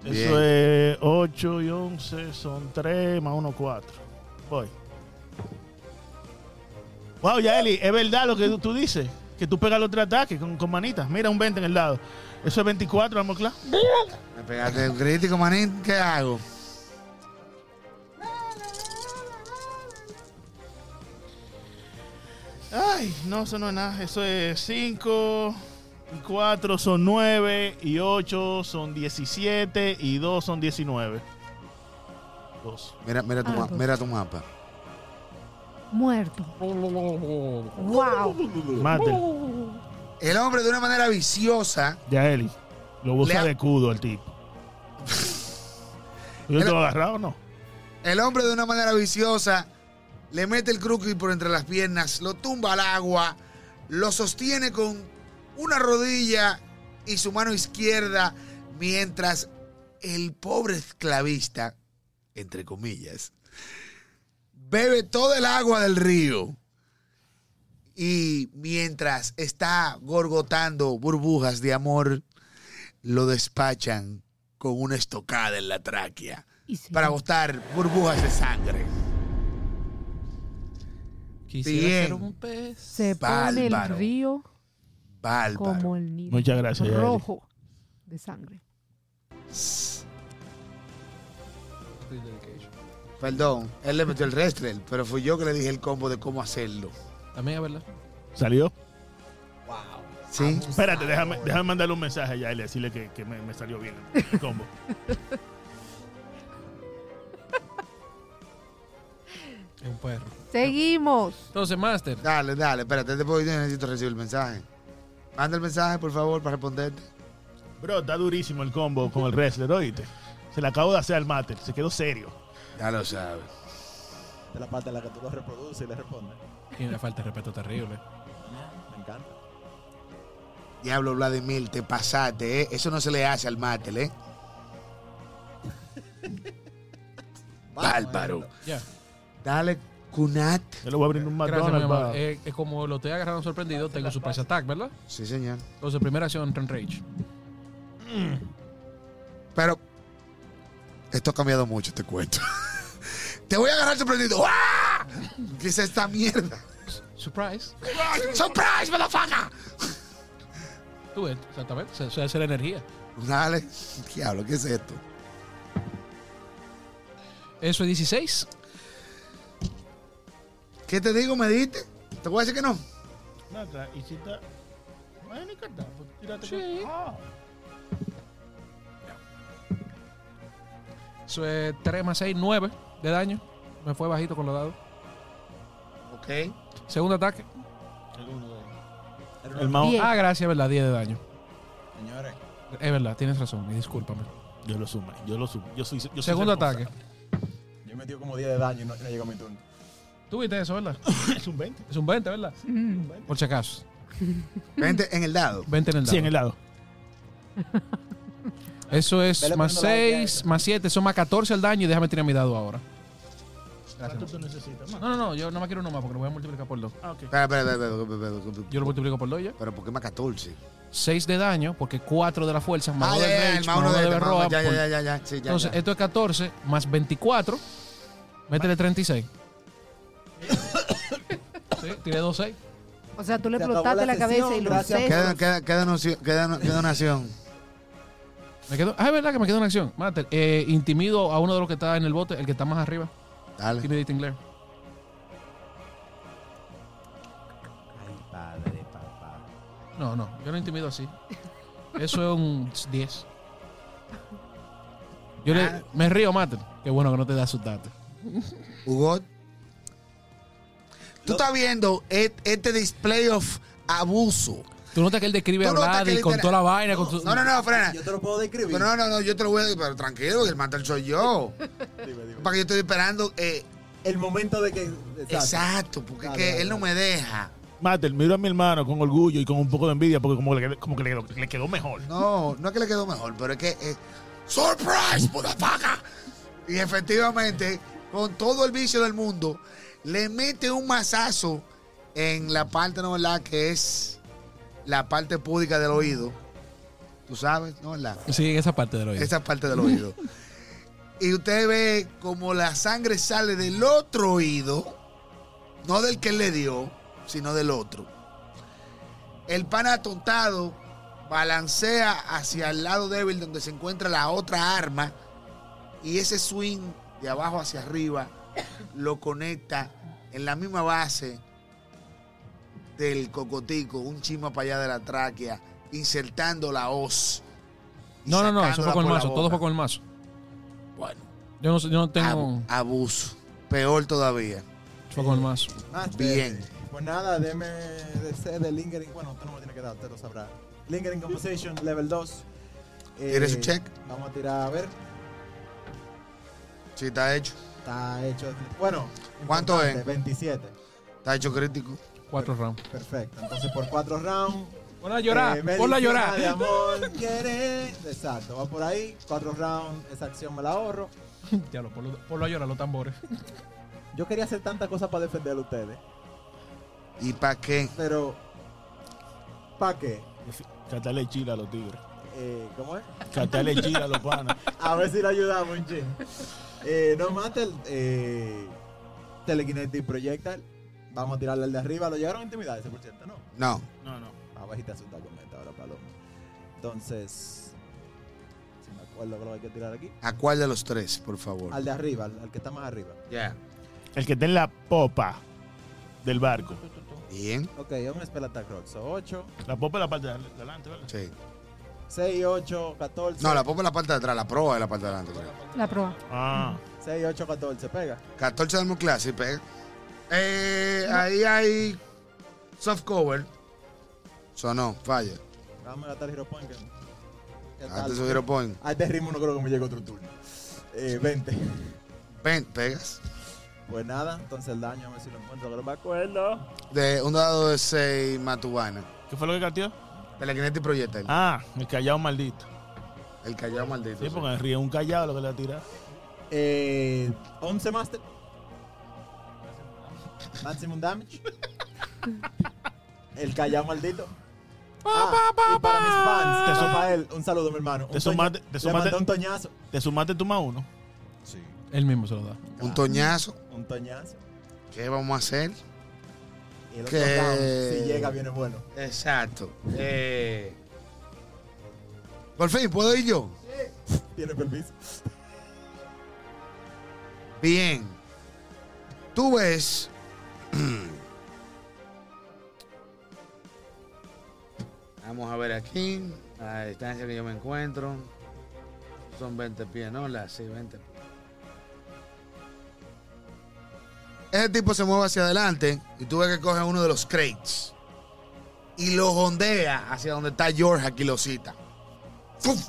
S5: Eso
S4: Bien.
S5: es 8 y 11, son 3 más 1, 4. Voy. Wow, Yaeli, es verdad lo que tú, tú dices. Que tú pegas los tres ataques con, con manitas. Mira, un 20 en el lado. Eso es 24, vamos, claro.
S4: Me pegaste un crítico, manín. ¿Qué hago?
S5: Ay, no, eso no es nada. Eso es 5 y 4 son 9 y 8 son 17 y 2 son 19. 2.
S4: Mira, mira, tu,
S3: Ah,
S4: ma-
S3: dos.
S4: mira tu mapa.
S3: Muerto. ¡Wow!
S5: Mate,
S4: El hombre, de una manera viciosa,
S5: Yaeli, lo usa
S4: Le-
S5: de escudo al tipo. ¿Yo te
S4: El-
S5: lo he agarrado o no?
S4: El hombre de una manera viciosa le mete el cruqui por entre las piernas, lo tumba al agua, lo sostiene con una rodilla y su mano izquierda, mientras el pobre esclavista, entre comillas, bebe todo el agua del río. Y mientras está gorgotando burbujas de amor, lo despachan con una estocada en la tráquea
S3: Y se
S4: para botar burbujas de sangre.
S2: Quisiera
S4: Bien.
S2: ser un pez.
S3: se pone
S4: bárbaro.
S3: el río
S4: Bárbaro.
S3: como el niño.
S5: Muchas gracias, Yaeli.
S3: Rojo de sangre.
S4: Perdón, él le metió el restrel, pero fui yo que le dije el combo de cómo hacerlo.
S2: También es verdad.
S5: ¿Salió?
S4: ¿Sí?
S5: Espérate, déjame, déjame mandarle un mensaje a Yaeli, decirle que, que me, me salió bien el combo.
S2: Es un perro.
S3: Seguimos.
S2: Entonces, Master,
S4: Dale, dale, espérate, te puedo, yo necesito recibir el mensaje. Manda el mensaje, por favor, para responderte.
S5: Bro, está durísimo el combo con el wrestler, oíste. Se le acabo de hacer al mate, se quedó serio.
S4: Ya lo sabes.
S1: De la parte en la que tú lo reproduces y le respondes.
S2: tiene una falta de respeto terrible.
S1: Me encanta.
S4: Diablo Vladimir, te pasaste, ¿eh? Eso no se le hace al Matel, ¿eh? Bárbaro.
S2: Ya.
S4: Dale, Kunat.
S5: Yo le voy a abrir un
S2: Gracias, mi
S5: McDonald's.
S2: amor.
S5: va.
S2: Eh, eh, como lo te agarraron sorprendido, tengo su price attack, ¿verdad?
S4: Sí, señor.
S2: Entonces, primera acción, Turn Rage.
S4: Pero esto ha cambiado mucho, te cuento. te voy a agarrar sorprendido. ¡Ah! ¿Qué es esta mierda?
S2: Surprise.
S4: ¡Surprise, motherfucker!
S2: Tú ves, exactamente. Se, se hace la energía.
S4: Dale, diablo, ¿qué es esto?
S2: Eso es 16.
S4: ¿Qué te digo? ¿Me diste? ¿Te voy a decir que no?
S5: Nada, y si está. Bueno, ¿qué tal? Pues tírate
S2: Sí.
S5: con- Ah.
S2: Eso es 3 más 6, 9 de daño. Me fue bajito con los dados.
S4: Ok.
S2: Segundo ataque.
S5: Alguno de ellos. El más.
S3: Diez.
S2: Ah, gracias, verdad, 10 de daño.
S1: Señores.
S2: Es verdad, tienes razón, y discúlpame.
S5: Yo lo sumé. Yo lo sumé. Yo soy. Yo soy
S2: Segundo
S5: responsable.
S2: ataque.
S1: Yo me dio como 10 de daño y no, no llegó mi turno.
S2: Tú viste eso, ¿verdad?
S5: Es un 20.
S2: Es un 20, ¿verdad? Por si acaso.
S4: 20 en el dado.
S2: 20 en el dado.
S5: Sí, en el lado.
S2: Eso es
S1: Vele
S2: más
S1: poniendo la idea
S2: 6,
S1: esa.
S2: más 7, son más 14 el daño y déjame tirar mi dado ahora.
S5: ¿Cuánto tú necesitas?
S2: No, no, no, yo no me quiero uno más porque lo voy a multiplicar por 2.
S5: Ah, ok.
S4: Espera, espera, espera, espera, espera, espera.
S2: Yo lo multiplico por 2 ya.
S4: Pero ¿por qué más 14?
S2: 6 de daño porque 4 de la fuerza más
S4: Ah,
S2: 2
S4: ya,
S2: de
S4: ya, el
S2: rage,
S4: más
S2: más
S4: uno
S2: 1 de
S4: de este, más uno.
S2: berroa.
S4: Ya,
S2: por-
S4: ya, ya, ya, ya. Sí, ya,
S2: Entonces,
S4: ya.
S2: esto es 14 más 24. Métele 36. sí, tiré 2 6.
S3: O sea, tú le
S1: Se acabó
S3: explotaste
S1: la
S3: la cabeza y
S1: sesión,
S3: los
S1: gracias.
S4: Queda,
S3: sesos.
S4: queda, queda, nocio- queda, queda una acción.
S2: Me quedo, ah, es verdad que me quedó una acción. Mater, eh, intimido a uno de los que está en el bote, el que está más arriba.
S4: Dale.
S2: Intimidating Glare.
S1: Ay, padre, papá.
S2: No, no, yo no intimido así. Eso es un 10. Yo
S4: Ah.
S2: le, me río, Mater. Qué bueno que no te da asustarte.
S4: Hugo. Tú estás viendo et- este display of abuso.
S2: Tú notas que él describe
S4: Tú
S2: a
S4: notas
S2: Vladi
S4: que
S2: con
S4: literal-
S2: toda la vaina. con su-
S4: No, no, no, frena.
S1: Yo te lo puedo describir.
S4: Pero no, no, no, yo te lo voy a decir, pero tranquilo, que el matar soy yo.
S1: Dime, dime.
S4: Para que yo estoy esperando. eh,
S1: El momento de que.
S4: exacto, porque es
S1: Dale,
S4: que
S1: dale,
S4: él no me deja.
S5: Mater, miro a mi hermano con orgullo y con un poco de envidia porque como, le- como que le, le quedó mejor.
S4: No, no es que le quedó mejor, pero es que. eh, ¡Surprise, motherfucker! Y efectivamente, con todo el vicio del mundo, le mete un mazazo en la parte, ¿no verdad? Que es la parte pública del oído. ¿Tú sabes? ¿No verdad?
S2: Sí, en esa parte de lo oído.
S4: Esa parte del oído. Y usted ve como la sangre sale del otro oído, no del que le dio, sino del otro. El pan atontado balancea hacia el lado débil donde se encuentra la otra arma y ese swing de abajo hacia arriba lo conecta en la misma base del cocotico, un chima para allá de la tráquea, insertando la hoz. y
S2: No, no, no, eso fue con el
S4: sacándola por la Ah,
S2: mazo. Todo
S4: boca.
S2: fue con el mazo.
S4: Bueno,
S2: Yo no, sé- yo no tengo.
S4: abu- abuso. Peor todavía.
S2: Fue con el mazo.
S4: Bien.
S1: Pues nada, deme de C de Lingering. Bueno, usted no me tiene que dar, usted lo sabrá. Lingering Composition, level 2. Eh,
S4: ¿Quieres un check?
S1: Vamos a tirar, a ver.
S4: Sí, está hecho.
S1: Está hecho. Bueno,
S4: ¿Cuánto
S1: importante,
S4: es?
S1: 27.
S4: Está hecho crítico.
S2: Cuatro rounds.
S1: Perfecto. Entonces por 4 rounds.
S2: Ponla a llorar.
S1: Eh, medicina
S2: ponla a
S1: De
S2: llorar.
S1: amor, quiere. Exacto, va por ahí. 4 rounds, esa acción me la ahorro.
S2: Ya lo, ponlo, ponlo a llorar los tambores.
S1: Yo quería hacer tanta cosa para defender a ustedes,
S4: ¿Y para qué?
S1: pero. ¿Para qué?
S5: Catale chila a los tigres.
S1: Eh, ¿Cómo es?
S5: Catale chila a los panas.
S1: A ver si lo ayudamos, un chin. Eh, no mata el eh, Telekinetic Projectile. Vamos a tirarle al de arriba. Lo llegaron a intimidar ese por cierto, ¿no?
S4: No.
S5: No, no.
S1: A ver si te asusta con esta ahora, Paloma. Entonces, si me acuerdo que lo hay que tirar aquí.
S4: ¿A cuál de los tres, por favor?
S1: Al de arriba, al, al que está más arriba.
S7: Ya.
S5: El que está en la popa del barco.
S4: Bien.
S1: Ok, es un spell attack roll. So, 8,
S5: La popa es la parte de adelante, ¿verdad?
S4: Sí.
S1: 6, 8, 14.
S4: No, la popa es la parte de atrás, la proa es la parte de adelante. creo.
S3: La proa.
S5: Ah.
S1: 6, 8, 14. Pega.
S4: 14 de Armor sí, pega. Eh, ahí hay soft cover. Sonó, falla.
S1: Vamos a gastar Hero Point. que- que está
S4: Antes
S1: alto.
S4: de su Ah, hero point.
S1: A este ritmo no creo que me llegue otro turno. Eh, 20.
S4: Pen, pegas.
S1: Pues nada, entonces el daño, a ver si lo encuentro, que no me acuerdo.
S4: De un dado de 6 matubana.
S5: ¿Qué fue lo que cateó?
S4: Telekinetic Projectile.
S5: Ah, el callado maldito.
S4: El callado maldito.
S5: Sí,
S4: sí.
S5: porque ríe un callado lo que le ha tirado.
S1: Eh, 11 Master. Maximum Damage. El callao maldito. Ah, y para mis fans,
S5: Te suma-
S1: Rafael, un saludo, mi hermano. Un
S5: te sumaste-
S1: toña-
S5: te sumaste-
S1: Le mandé un toñazo.
S5: Te sumaste tú más uno.
S1: Sí.
S2: Él mismo se lo da.
S4: Un toñazo.
S1: Un toñazo.
S4: ¿Qué vamos a hacer?
S1: Y el otro
S4: Que-
S1: down, si llega, viene bueno.
S7: Exacto. Eh,
S4: Por fin, ¿puedo ir yo?
S1: Tiene permiso.
S4: Bien. Tú ves.
S7: vamos a ver aquí. La distancia que yo me encuentro. Son 20 pies, ¿no? Las sí, 20 pies.
S4: Ese tipo se mueve hacia adelante y tú ves que coge uno de los crates. y lo jondea hacia donde está George aquí lo cita. ¡Fuf!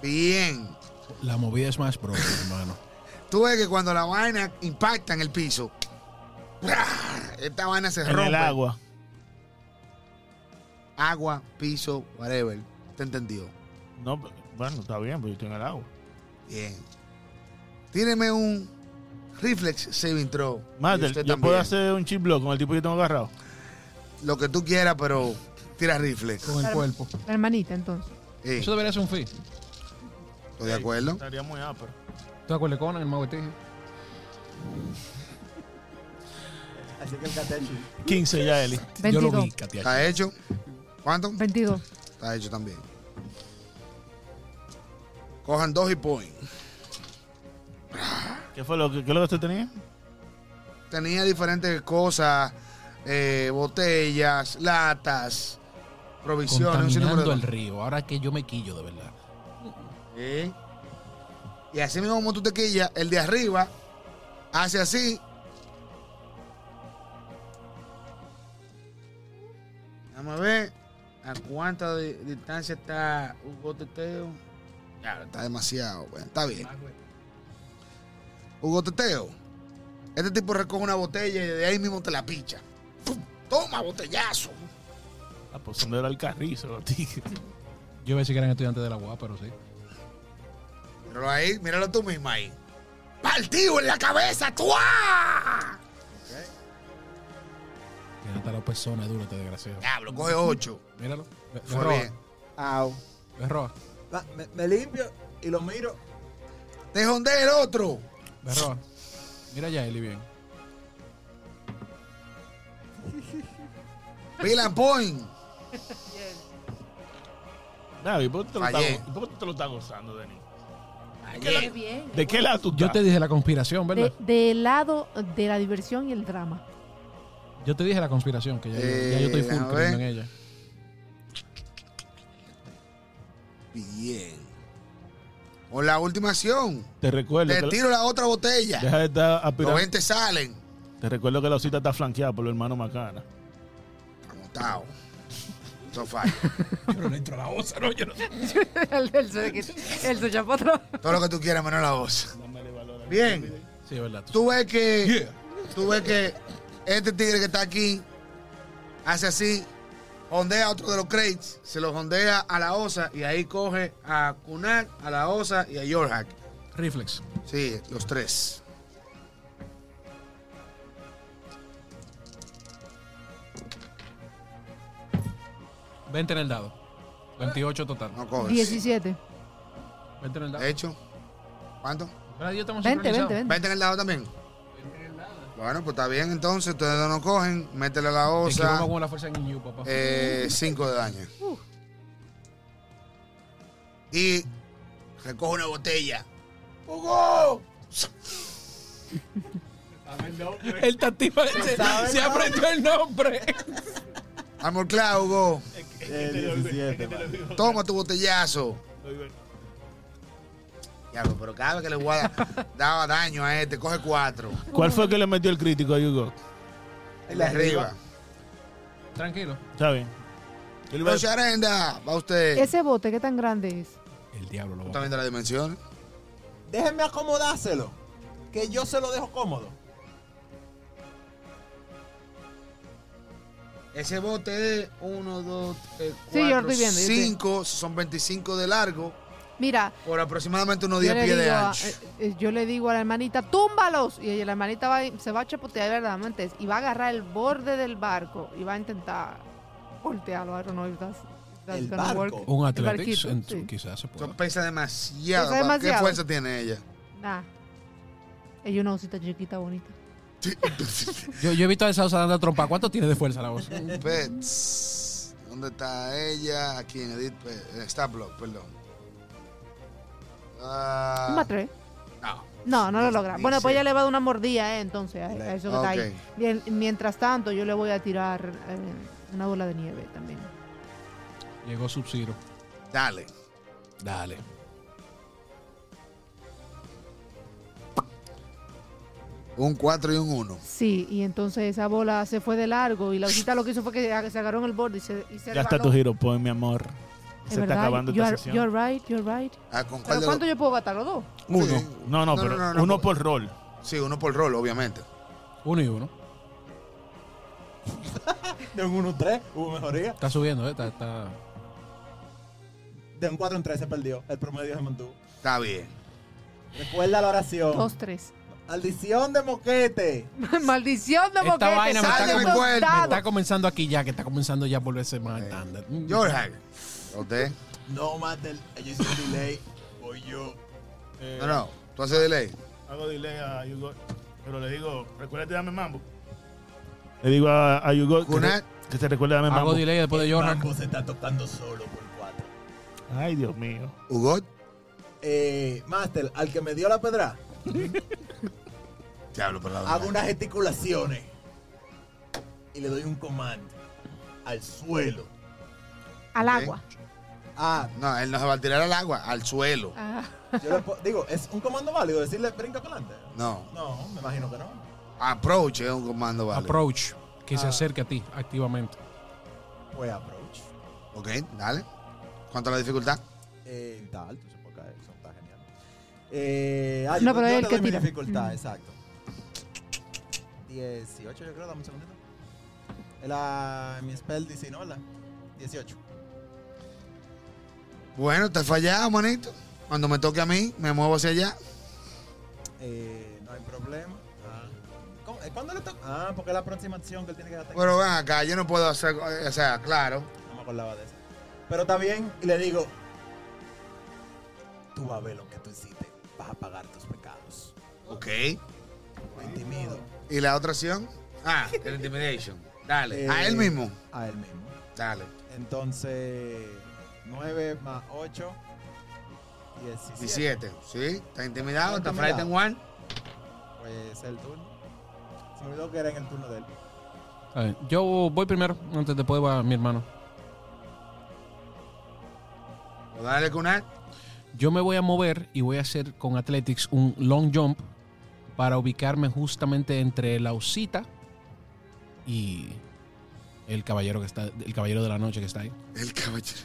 S4: Bien.
S2: La movida es más pro, hermano.
S4: Tú ves que cuando la vaina impacta en el piso, ¡bra! esta vaina se
S5: En
S4: rompe.
S5: el agua.
S4: Agua, piso, whatever. ¿Te entendió?
S5: No, bueno, está bien, pero yo estoy en el agua.
S4: Bien. Tíreme un reflex saving throw. Y
S5: Madre,
S4: usted
S5: yo puedo
S4: también.
S5: hacer un chip block con el tipo que yo tengo agarrado.
S4: Lo que tú quieras, pero tira reflex.
S2: Con el cuerpo.
S3: La hermanita, entonces.
S2: Eso
S4: Eh, ¿Estoy
S2: debería ser un fee.
S4: de acuerdo?
S5: Estaría muy ápero.
S2: ¿Tú te acuerdas con el mago de Tigre?
S1: Así que el catechi.
S5: 15 ya, Eli.
S2: Yo lo
S3: 22.
S2: vi, Katia.
S4: ¿Está hecho? ¿Cuánto?
S3: 22.
S4: Está hecho también. Cojan dos y point.
S5: ¿Qué fue lo que, qué es lo que usted tenía?
S4: Tenía diferentes cosas, eh, botellas, latas, provisiones, un sinnúmero
S2: Contaminando
S4: de
S2: el río. Ahora que yo me quillo, de verdad.
S4: ¿Eh? Y así mismo como tú te quillas, el de arriba hace así.
S7: Vamos a ver a cuánta di- distancia está Hugo Teteo.
S4: Claro, está demasiado, güey. Está bien. Hugo Teteo, este tipo recoge una botella y de ahí mismo te la picha. ¡Pum! Toma, botellazo.
S5: Ah, pues son del Alcarrizo, los tigres.
S2: Yo pensé que eran estudiantes de la UAP, pero sí.
S4: Míralo ahí, míralo tú mismo ahí. ¡Partido en la cabeza, ¡Tuá!
S2: Tiene hasta la persona dura, este desgraciado.
S4: Diablo, coge ocho.
S2: Míralo. Le- le
S4: Fue
S2: roba,
S4: bien.
S1: Au.
S2: le roba,
S1: Va, Me, me limpio y lo miro.
S4: Te jondea el otro.
S2: le roba. Mira ya, Eli, bien.
S4: Pilan point.
S5: David, ¿por qué te lo estás
S4: Fallé.
S5: go- por qué tú te lo estás gozando, Denis?
S4: Bien.
S8: bien.
S5: ¿De qué lado tú
S2: Yo te
S5: estás?
S2: dije la conspiración, ¿verdad?
S8: De, del lado de la diversión y el drama.
S2: Yo te dije la conspiración, que ya, yo- ya yo estoy
S4: Eh,
S2: full
S4: a ver.
S2: creyendo en ella.
S4: Bien. O la última acción.
S5: Te recuerdo.
S4: Te
S5: que la-
S4: tiro la otra botella.
S5: Deja de estar
S4: Los
S5: aspirando.
S4: 20 salen.
S5: Te recuerdo que la osita está flanqueada por el hermano Macana.
S4: Anotado. Eso falla.
S2: Pero no entro a la osa, ¿no? Yo no
S3: el, el, el, el suchapotro.
S4: Todo lo que tú quieras, menos la voz. Bien.
S2: Sí, es verdad.
S4: Tú ves que. Tú ves que este tigre que está aquí hace así. Ondea a otro de los crates. Se los ondea a la osa y ahí coge a Kunak, a la osa y a Yorhak.
S2: Reflex.
S4: Sí, los tres.
S2: Vente en el dado. 28 total.
S4: No coges.
S3: 17.
S2: Vente en el dado.
S4: De hecho, ¿cuánto?
S2: Ahora yo estamos
S3: 20, 20,
S2: sincronizados.
S3: 20.
S4: 20 en el lado también. Bueno, pues está bien entonces, ustedes no nos cogen, métele a la
S2: Te equivoco
S4: osa,
S2: con la fuerza en you, papá.
S4: 5 de daño. Y recoge una botella. ¡Hugo!
S2: El tativo se, se aprendió el nombre.
S4: Amor claro, Hugo,
S1: Eh, 17. man.
S4: toma tu botellazo. Diablo, pero cada vez que le voy a dar- daba daño a este, coge cuatro.
S5: ¿Cuál fue que le metió el crítico a Hugo?
S4: El de arriba.
S2: Tranquilo.
S5: Está bien. Yo le iba a-
S4: Los Arenda, va usted.
S3: Ese bote, ¿qué tan grande es?
S2: El diablo lo
S4: ¿Tú
S2: va.
S4: estás viendo las dimensiones?
S1: Déjenme acomodárselo. Que yo se lo dejo cómodo.
S7: Ese bote es 1, 2, 3, 4,
S3: Sí, yo lo estoy viendo. yo estoy-
S4: Cinco, son 25 de largo,
S3: Mira,
S4: por aproximadamente unos
S3: yo
S4: 10
S3: le,
S4: pies
S3: digo
S4: de
S3: a,
S4: ancho.
S3: eh, eh, yo le digo a la hermanita, túmbalos. Y ella, la hermanita va, y- se va a chapotear verdaderamente y va a agarrar el borde del barco y va a intentar voltearlo. I don't know if that's- that's
S1: El
S3: gonna work.
S1: barco.
S2: Un
S3: El
S2: Athletics,
S3: barquito,
S2: en-
S3: sí.
S2: quizás se pueda.
S4: Eso pesa demasiado.
S3: Pesa demasiado.
S4: ¿Qué fuerza tiene ella?
S3: Nah. Ella es una osita chiquita, bonita.
S2: Yo, yo he visto a esa osa dando trompa. ¿Cuánto tiene de fuerza la osa?
S4: Pets. ¿Dónde está ella? Aquí en Edit. eh, Está blog, perdón. Ah,
S3: Un más tres.
S4: no.
S3: No, no lo logra.
S4: Dice-
S3: Bueno, pues ella le va a dar una mordida, eh, entonces, a, a eso que está
S4: Ok.
S3: ahí. Bien, mientras tanto, yo le voy a tirar eh, una bola de nieve también.
S2: Llegó Sub-Zero.
S4: Dale.
S2: Dale.
S4: Un 4 y un 1.
S3: Sí, y entonces esa bola se fue de largo y la hojita lo que hizo fue que se agarró en el borde y se, y se
S5: Ya está
S3: resbaló.
S5: tu giro point, mi amor.
S3: Es
S5: Se está
S3: verdad,
S5: acabando
S3: you
S5: esta
S3: are- you
S5: sesión.
S3: are right, you're right.
S4: Ah, ¿con cuál
S3: ¿Pero
S4: de
S3: cuánto
S4: los-
S3: yo puedo gastar? ¿Los dos?
S5: Uno.
S4: Sí.
S5: No, no, pero uno
S4: no.
S5: por rol.
S4: Sí, uno por rol, obviamente.
S2: Uno y uno.
S1: De un 1 en 3 hubo mejoría.
S2: Está subiendo, ¿eh? Está, está-
S1: De un 4 en 3 se perdió. El promedio se mantuvo.
S4: Está bien.
S1: Recuerda la oración.
S3: Dos, tres.
S1: Maldición de moquete.
S3: Maldición de
S2: Esta
S3: boquete.
S2: vaina me está
S3: salen
S4: como-
S3: dos
S4: me
S3: dados.
S2: está comenzando aquí ya, que está comenzando ya a volverse más estándar. Mm.
S4: George Hagen. ¿Usted?
S1: No mate el. Yo hice un delay. Voy yo.
S4: No, no. ¿Tú haces delay?
S5: Eh, Hago delay a Yugo. Pero le digo, recuérdate, dame mambo. Le digo a, a Yugo que,
S4: Kunal.
S5: se- que se recuerde, dame mambo.
S2: Hago delay después
S1: Eh,
S2: de Jordan.
S1: Mambo se está tocando solo por 4.
S5: Ay, Dios mío.
S4: ¿Hugot?
S1: Eh, Master, al que me dio la pedra,
S4: Diablo, por la
S1: hago unas gesticulaciones y le doy un comando al suelo.
S8: Al
S4: Ok.
S8: agua.
S1: Ah,
S4: No, él no se va a tirar al agua, al suelo.
S8: Ah,
S1: yo le po- digo, ¿es un comando válido decirle brinca para adelante?
S4: No.
S1: No, me imagino que no.
S4: Approach es un comando, ¿vale?
S2: Approach. Que se
S1: Ah.
S2: acerque a ti activamente.
S1: Pues approach.
S4: Ok, dale. ¿Cuánto es la dificultad?
S1: Eh, está alto, se puede caer, eso está genial. Eh, ah,
S3: No,
S1: yo-
S3: pero
S1: yo
S3: es
S1: le
S3: el
S1: doy
S3: que
S1: mi
S3: tira.
S1: dificultad,
S3: Mm.
S1: exacto. 18, yo creo, dame un segundito. La, mi spell dice, ¿no? La 18.
S4: Bueno, te he fallado, manito. Cuando me toque a mí, me muevo hacia allá.
S1: Eh, no hay problema. Ah. ¿Cómo? Eh, ¿Cuándo le toca? Ah, porque es la próxima acción que él tiene que gastar.
S4: Pero ven acá, yo no puedo hacer. O sea, claro.
S1: No me acordaba de eso. Pero está bien, y le digo: Tú vas a ver lo que tú hiciste. Vas a pagar tus pecados.
S4: Ok.
S1: Lo intimido
S4: ¿Y la otra acción?
S7: Ah, el intimidation. Dale.
S1: Eh,
S4: A él mismo.
S1: a él mismo.
S4: Dale.
S1: Entonces, 9 más 8, 17.
S4: 17. ¿Sí? ¿Está intimidado?
S1: Está
S4: ¿Está frightened one?
S1: Pues es el turno. Se me olvidó que era en el turno de él.
S2: A ver, yo voy primero, antes después va mi hermano.
S4: O dale con él.
S2: Yo me voy a mover y voy a hacer con Athletics un long jump para ubicarme justamente entre la usita y el caballero que está, el caballero de la noche que está ahí.
S4: El caballero.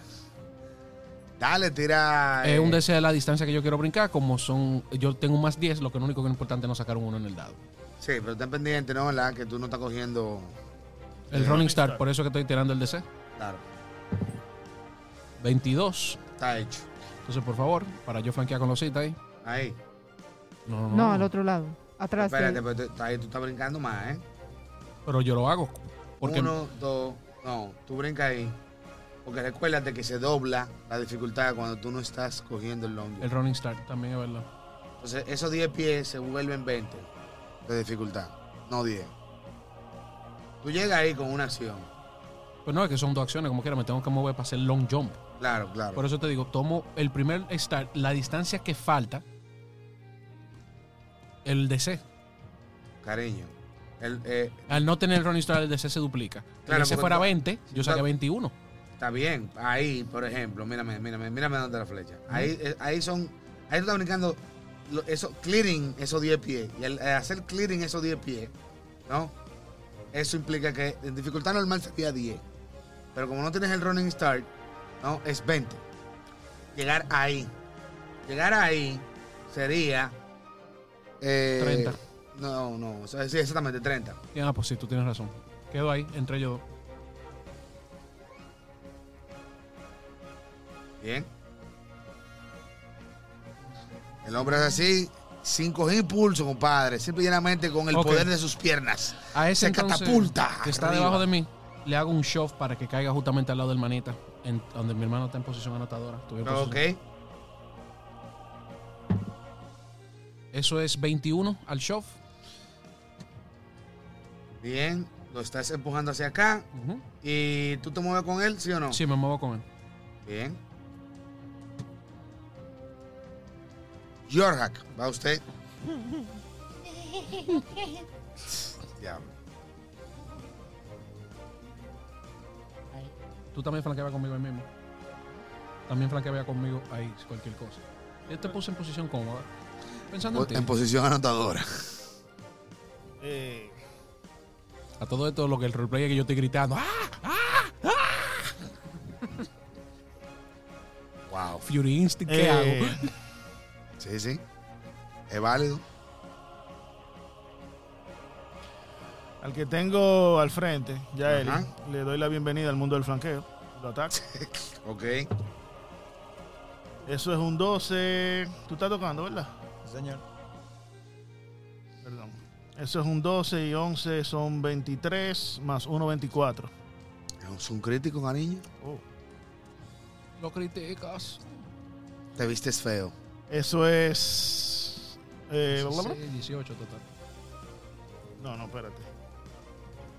S4: Dale, tira.
S2: Es
S4: eh,
S2: un DC de la distancia que yo quiero brincar, como son, yo tengo un más 10, lo que lo único que es importante es no sacar un uno en el dado.
S4: Sí, pero ten pendiente, ¿no? La que tú no estás cogiendo.
S2: El
S4: Sí.
S2: Rolling Start, por eso que estoy tirando el DC.
S4: Claro,
S2: 22.
S4: está hecho.
S2: Entonces, por favor, para yo flanquear con la usita ahí.
S4: Ahí.
S2: No, no, no.
S3: No, al otro lado. Atrás. de-
S4: Espérate, pero tú- ahí tú estás brincando más, ¿eh?
S2: Pero yo lo hago. Porque
S4: Uno, dos. No, tú brinca ahí. Porque recuérdate que se dobla la dificultad cuando tú no estás cogiendo el long.
S2: el Rolling Start también es verdad.
S4: Entonces, esos 10 pies se vuelven 20 de dificultad, no 10. Tú llegas ahí con una acción.
S2: Pues no, es que son dos acciones, como quiera, me tengo que mover para hacer long jump.
S4: Claro, claro.
S2: Por eso te digo, tomo el primer start, la distancia que falta, el DC.
S4: Cariño. El, eh,
S2: Al no tener el running start, el DC se duplica.
S4: Claro,
S2: si
S4: porque
S2: DC fuera
S4: tú-
S2: 20, yo saqué
S4: claro.
S2: 21.
S4: Está bien. Ahí, por ejemplo, mírame, mírame, mírame dónde la flecha. Ahí, eh, ahí son. Ahí tú estás brincando lo- eso, clearing esos 10 pies. Y al eh, hacer clearing esos 10 pies, ¿no? Eso implica que en dificultad normal sería 10. Pero como no tienes el running start, ¿no? Es 20. Llegar ahí. Llegar ahí sería. eh,
S2: 30.
S4: No, no. o sea, sí, exactamente, 30.
S2: Y, Ah, pues sí, tú tienes razón. Quedo ahí, entre ellos dos.
S4: Bien. El hombre es así, sin coger impulso, compadre. Simple y llanamente con el
S2: Ok.
S4: poder de sus piernas.
S2: A ese
S4: Se
S2: entonces,
S4: catapulta
S2: que está
S4: arriba.
S2: debajo de mí, le hago un shove para que caiga justamente al lado del manita, en- donde mi hermano está en posición anotadora. Estuve en
S4: Ok.
S2: posición- Eso es 21 al shove.
S4: Bien. Lo estás empujando hacia acá.
S2: Ujú.
S4: ¿Y tú te mueves con él, sí o no?
S2: Sí, me muevo con él.
S4: Bien. Yorhak, va usted. Diablo.
S2: Tú también flanqueabas conmigo ahí mismo. También flanqueabas conmigo ahí, cualquier cosa.
S4: Pues,
S2: Yo te puse en posición cómoda. Pensando en ti.
S4: En posición anotadora.
S5: Eh,
S2: A todo esto, lo que el roleplay es que yo estoy gritando. ¡Ah!
S4: Wow.
S2: Fury Instinct, ¿qué
S5: eh,
S2: hago?
S4: Sí, sí. Es válido.
S5: Al que tengo al frente, ya él,
S4: Ajá.
S5: le doy la bienvenida al mundo del flanqueo. Lo ataco.
S4: Ok.
S5: Eso es un 12. Tú estás tocando, ¿verdad?
S1: Señor.
S5: Perdón. Eso es un 12 y 11 son 23 más 1, 24.
S4: Es un crítico, cariño.
S5: Oh.
S2: Lo criticas.
S4: Te vistes feo.
S5: Eso es. eh, bla, bla, bla.
S2: 16, 18 total.
S5: No, no, espérate.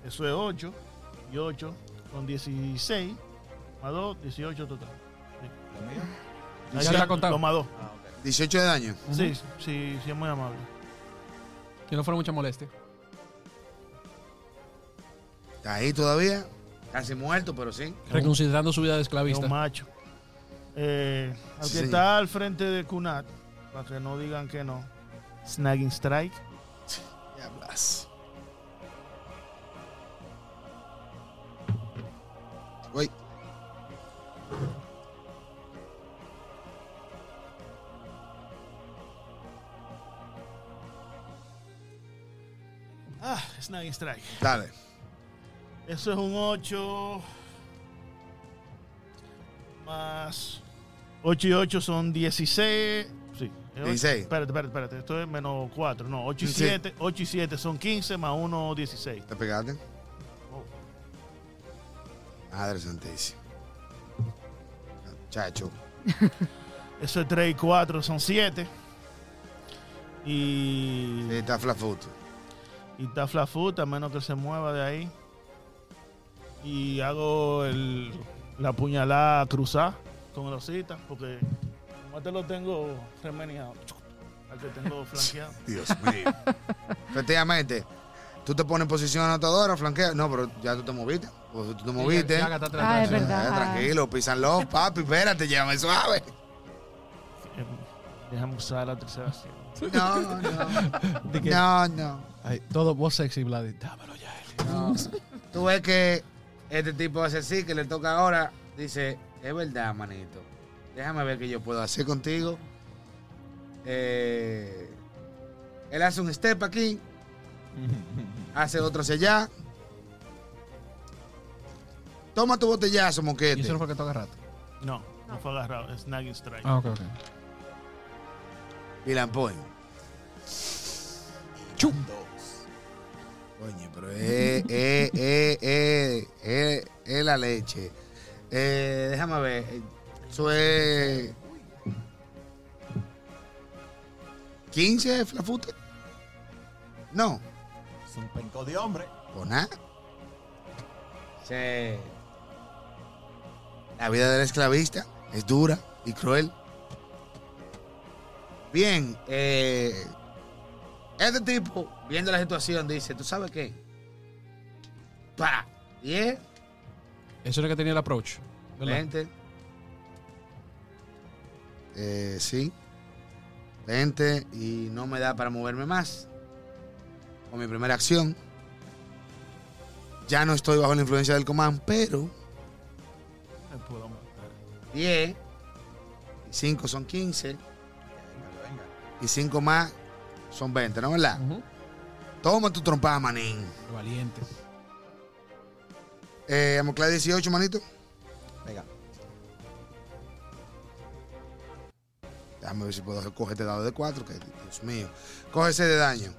S5: Eso es 8 y 8 son 16 más 2, 18 total.
S1: ¿Lo mío?
S2: Ya te la contamos.
S5: Lo más 2.
S1: Ah, ok.
S4: 18 de daño.
S5: Sí, sí, sí, es muy amable.
S2: Que no fuera mucha molestia.
S4: ¿Está ahí todavía?
S7: Casi muerto, pero sí.
S2: Reconsiderando su vida de
S5: Es un
S2: esclavista.
S5: macho. Eh, al
S4: Sí,
S5: que
S4: señor.
S5: está al frente de Kunat, para que no digan que no. Snagging Strike.
S4: Ya hablas. Uy,
S5: Ah, Snagging Strike.
S4: dale.
S5: Eso es un 8. Más 8 y 8 son 16. Sí. es ocho.
S4: 16.
S5: Espérate, espérate, espérate. Esto es menos 4. No, 8 y
S4: Sí.
S5: 7. 8 y 7 son 15 más 1, 16.
S4: ¿Te pegaste?
S5: Oh.
S4: Madre santísima. Chacho.
S5: Eso es 3 y 4 son 7. Y,
S4: Sí, está flafuto.
S5: y está flafuta, a menos que se mueva de ahí. Y hago el, la puñalada cruzada con el osita, porque como te lo tengo remeniado, al que tengo flanqueado.
S4: Dios mío. Efectivamente. Tú te pones en posición anotadora, flanquea. No, pero ya tú te moviste. Pues tú te moviste.
S2: Ya, ya, está
S8: Ah, es
S2: atrás.
S8: verdad.
S4: Eh, tranquilo, písanlo, papi. Espérate, llévame suave.
S5: Eh, Déjame usar la tercera acción.
S4: No, no.
S2: De que-
S4: No, no.
S2: Ay, todo vos sexy, Vladi. Dámelo ya. eh.
S7: No. Tú ves que este tipo hace así, que le toca ahora. Dice, es verdad, manito. Déjame ver qué yo puedo hacer contigo. Eh, él hace un step aquí, hace otro hacia allá.
S4: Toma tu botellazo,
S2: Y
S4: moquete.
S2: eso no fue que tú agarraste.
S5: No, no fue agarrado. Es Snagging Strike.
S2: Ah, ok, ok.
S4: Pilan point.
S1: Dos.
S4: Coño, pero eh, eh, eh, eh, eh, eh, la leche.
S7: Eh, déjame ver. eh,
S4: Eso es. 15 flafute. No,
S1: Es un penco de hombre.
S4: pues nada.
S7: Se,
S4: La vida del esclavista es dura y cruel.
S7: bien, eh, este tipo, viendo la situación, dice, ¿tú sabes qué? Pa, 10,
S2: Eso era que tenía el approach. ¿verdad?
S7: 20,
S4: Eh, sí.
S7: 20 y no me da para moverme más.
S4: Con mi primera acción. Ya no estoy bajo la influencia del comán, pero
S5: Me puedo matar.
S7: 10,
S4: 5 son 15
S1: Venga, venga.
S4: y 5 más son 20, ¿no es verdad?
S2: Ujú.
S4: Toma tu trompada, manín.
S2: Qué Valiente.
S4: Eh, Amoclá 18, manito.
S1: Venga.
S4: Déjame ver si puedo coger este dado de 4, que Dios mío. Coge ese de daño.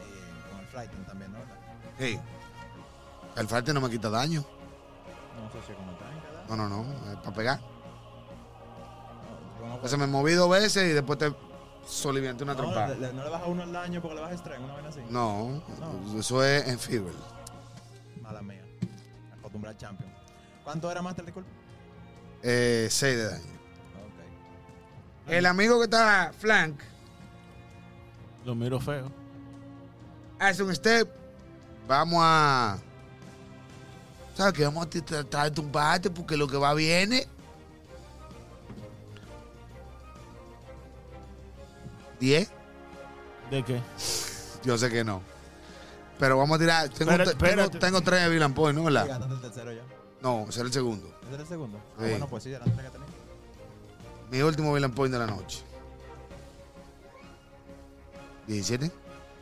S1: Eh, con el Frighten también, ¿no?
S4: Hey. El falte no me quita daño.
S1: No sé si con el tanque, ¿verdad?
S4: No, no, no. Es para pegar.
S1: No, tú no
S4: Entonces me moví dos veces y después te soliviante una
S1: No,
S4: trompada.
S1: le- le- no le bajas uno al daño porque le bajas strength, una vaina así.
S4: No,
S1: No.
S4: eso es en fever.
S1: Mala mía. Acostumbrar champion. ¿Cuánto era Master Disculpa?
S4: Eh, 6 de daño. Ah.
S1: Ok.
S7: El amigo que está flank
S5: Lo miro feo.
S4: Hace un step. Vamos a. ¿Sabes qué? Vamos a t- tratar de tumbarte porque lo que va viene. 10.
S5: ¿De qué?
S4: Yo sé que no. Pero vamos a tirar. Tengo,
S5: Pero,
S4: te- tengo,
S5: espérate.
S4: tengo tres de Villain Point, ¿no?
S1: Sí,
S4: ¿Verdad?
S1: ganaste el tercero ya.
S4: No, será el segundo.
S1: ¿Ese era el segundo? Ah,
S4: Sí.
S1: bueno, pues sí, eran tres que tenés.
S4: Mi último Villain Point de la noche. ¿17?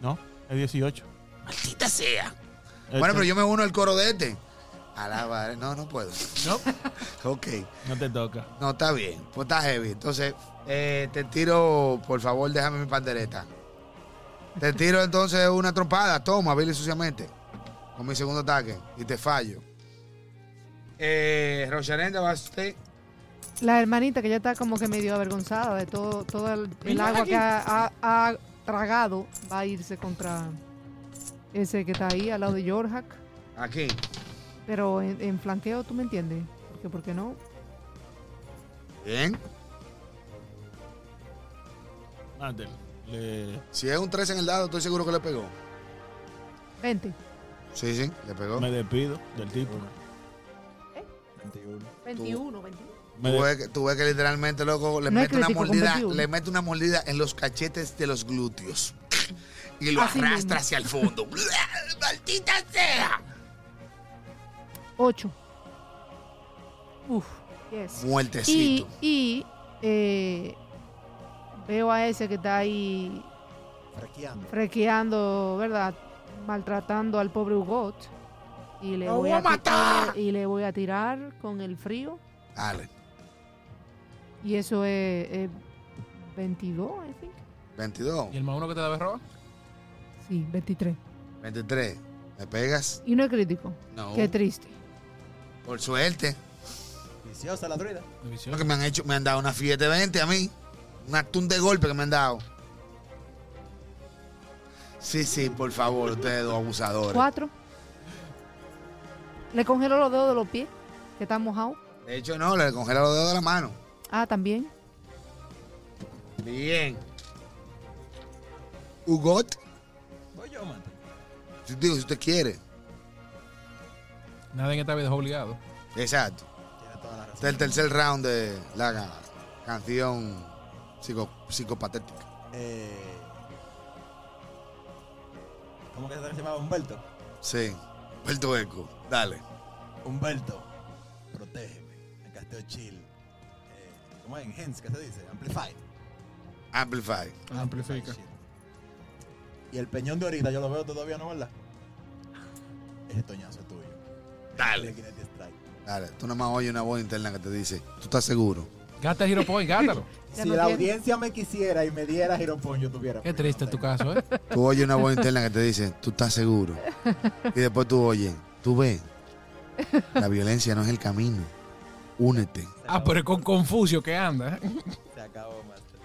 S5: No, es 18.
S4: ¡Maldita sea!
S5: Este-
S4: Bueno, pero yo me uno al coro de este. A la madre. No, no puedo. No. ok.
S5: No te toca.
S4: No, está bien. Pues está heavy. Entonces, eh, te tiro, por favor, déjame mi pandereta. Te tiro entonces una trompada. Toma, Billy suciamente. Con mi segundo ataque. Y te fallo.
S7: Eh, Rocharenda va a usted.
S4: pues.
S3: La hermanita que ya está como que medio avergonzada de todo, todo el, el agua que ha, ha- ha tragado va a irse contra ese que está ahí al lado de Jorjak.
S7: Aquí.
S3: Pero en, en flanqueo, ¿tú me entiendes? Porque, ¿por qué no?
S4: Bien.
S5: Ándale. Le-
S4: Si es un 3 en el dado, estoy seguro que le pegó.
S3: Vente,
S4: Sí, sí, le pegó.
S5: me despido del tipo.
S1: 21.
S8: 21, 21.
S5: Me
S4: Tú
S5: de-
S4: ves, que, tú ves que literalmente, loco, le
S3: No es
S4: mete una
S3: crítico,
S4: mordida,
S3: competitivo.
S4: le mete una mordida en los cachetes de los glúteos. Y lo
S3: Así mismo.
S4: arrastra hacia el fondo. ¡Maldita sea!
S3: 8. Uf, yes. Y,
S4: Muertecito.
S3: y eh, veo a ese que está ahí
S1: Frequeando.
S3: frequeando, ¿verdad? Maltratando al pobre Hugot. Y le,
S4: ¡Lo
S3: voy
S4: voy a
S3: ti-
S4: matar!
S3: y le voy a tirar con el frío.
S4: Dale,
S3: Y eso es eh, 22, I think.
S4: 22,
S2: ¿Y el más uno que te debe robar?
S3: Sí, 23.
S4: 23. ¿Me pegas?
S3: Y no es crítico.
S4: No.
S3: Qué triste.
S4: Por suerte.
S1: Viciosa la druida.
S4: Lo que me han hecho, me han dado una fiesta de 20 a mí. Un atún de golpe que me han dado. Sí, sí, por favor, ustedes dos abusadores.
S3: 4. Le congeló los dedos de los pies, que están mojados.
S4: De hecho, no, le congela los dedos de la mano.
S3: Ah, también.
S7: Bien.
S4: Ugot,
S1: Voy yo, mate.
S4: si, digo, si usted quiere.
S2: Nadie en esta vida es obligado.
S4: Exacto.
S1: Tiene toda la
S4: Este es
S1: razón.
S4: el tercer round de la ca- canción psico- psicopatética.
S1: Eh, ¿Cómo que se llamaba Humberto?
S4: Sí. Puerto Eco, dale.
S1: Humberto, protégeme. En Casteo Chill. Eh, ¿Cómo es? Enhance, ¿qué se dice? Amplify.
S4: Amplify.
S3: Ah,
S2: Amplifica.
S1: Shit. Y el peñón de ahorita, yo lo veo todavía, ¿no, verdad? Ese toñazo es tuyo.
S4: Dale.
S1: Kinetic Strike.
S4: Dale, tú nomás oyes una voz interna que te dice, ¿tú estás seguro?
S2: Gasta Hero Point, gátalo.
S1: Si
S3: Ya no
S1: la
S3: tiene.
S1: audiencia me quisiera y me diera Giropón, yo tuviera.
S2: Qué triste tu caso, ¿eh?
S4: Tú oyes una voz interna que te dice, tú estás seguro. Y después tú oyes, tú ves, la violencia no es el camino. Únete.
S2: Ah, pero es con Confucio que anda. ¿eh?
S1: Se acabó, master.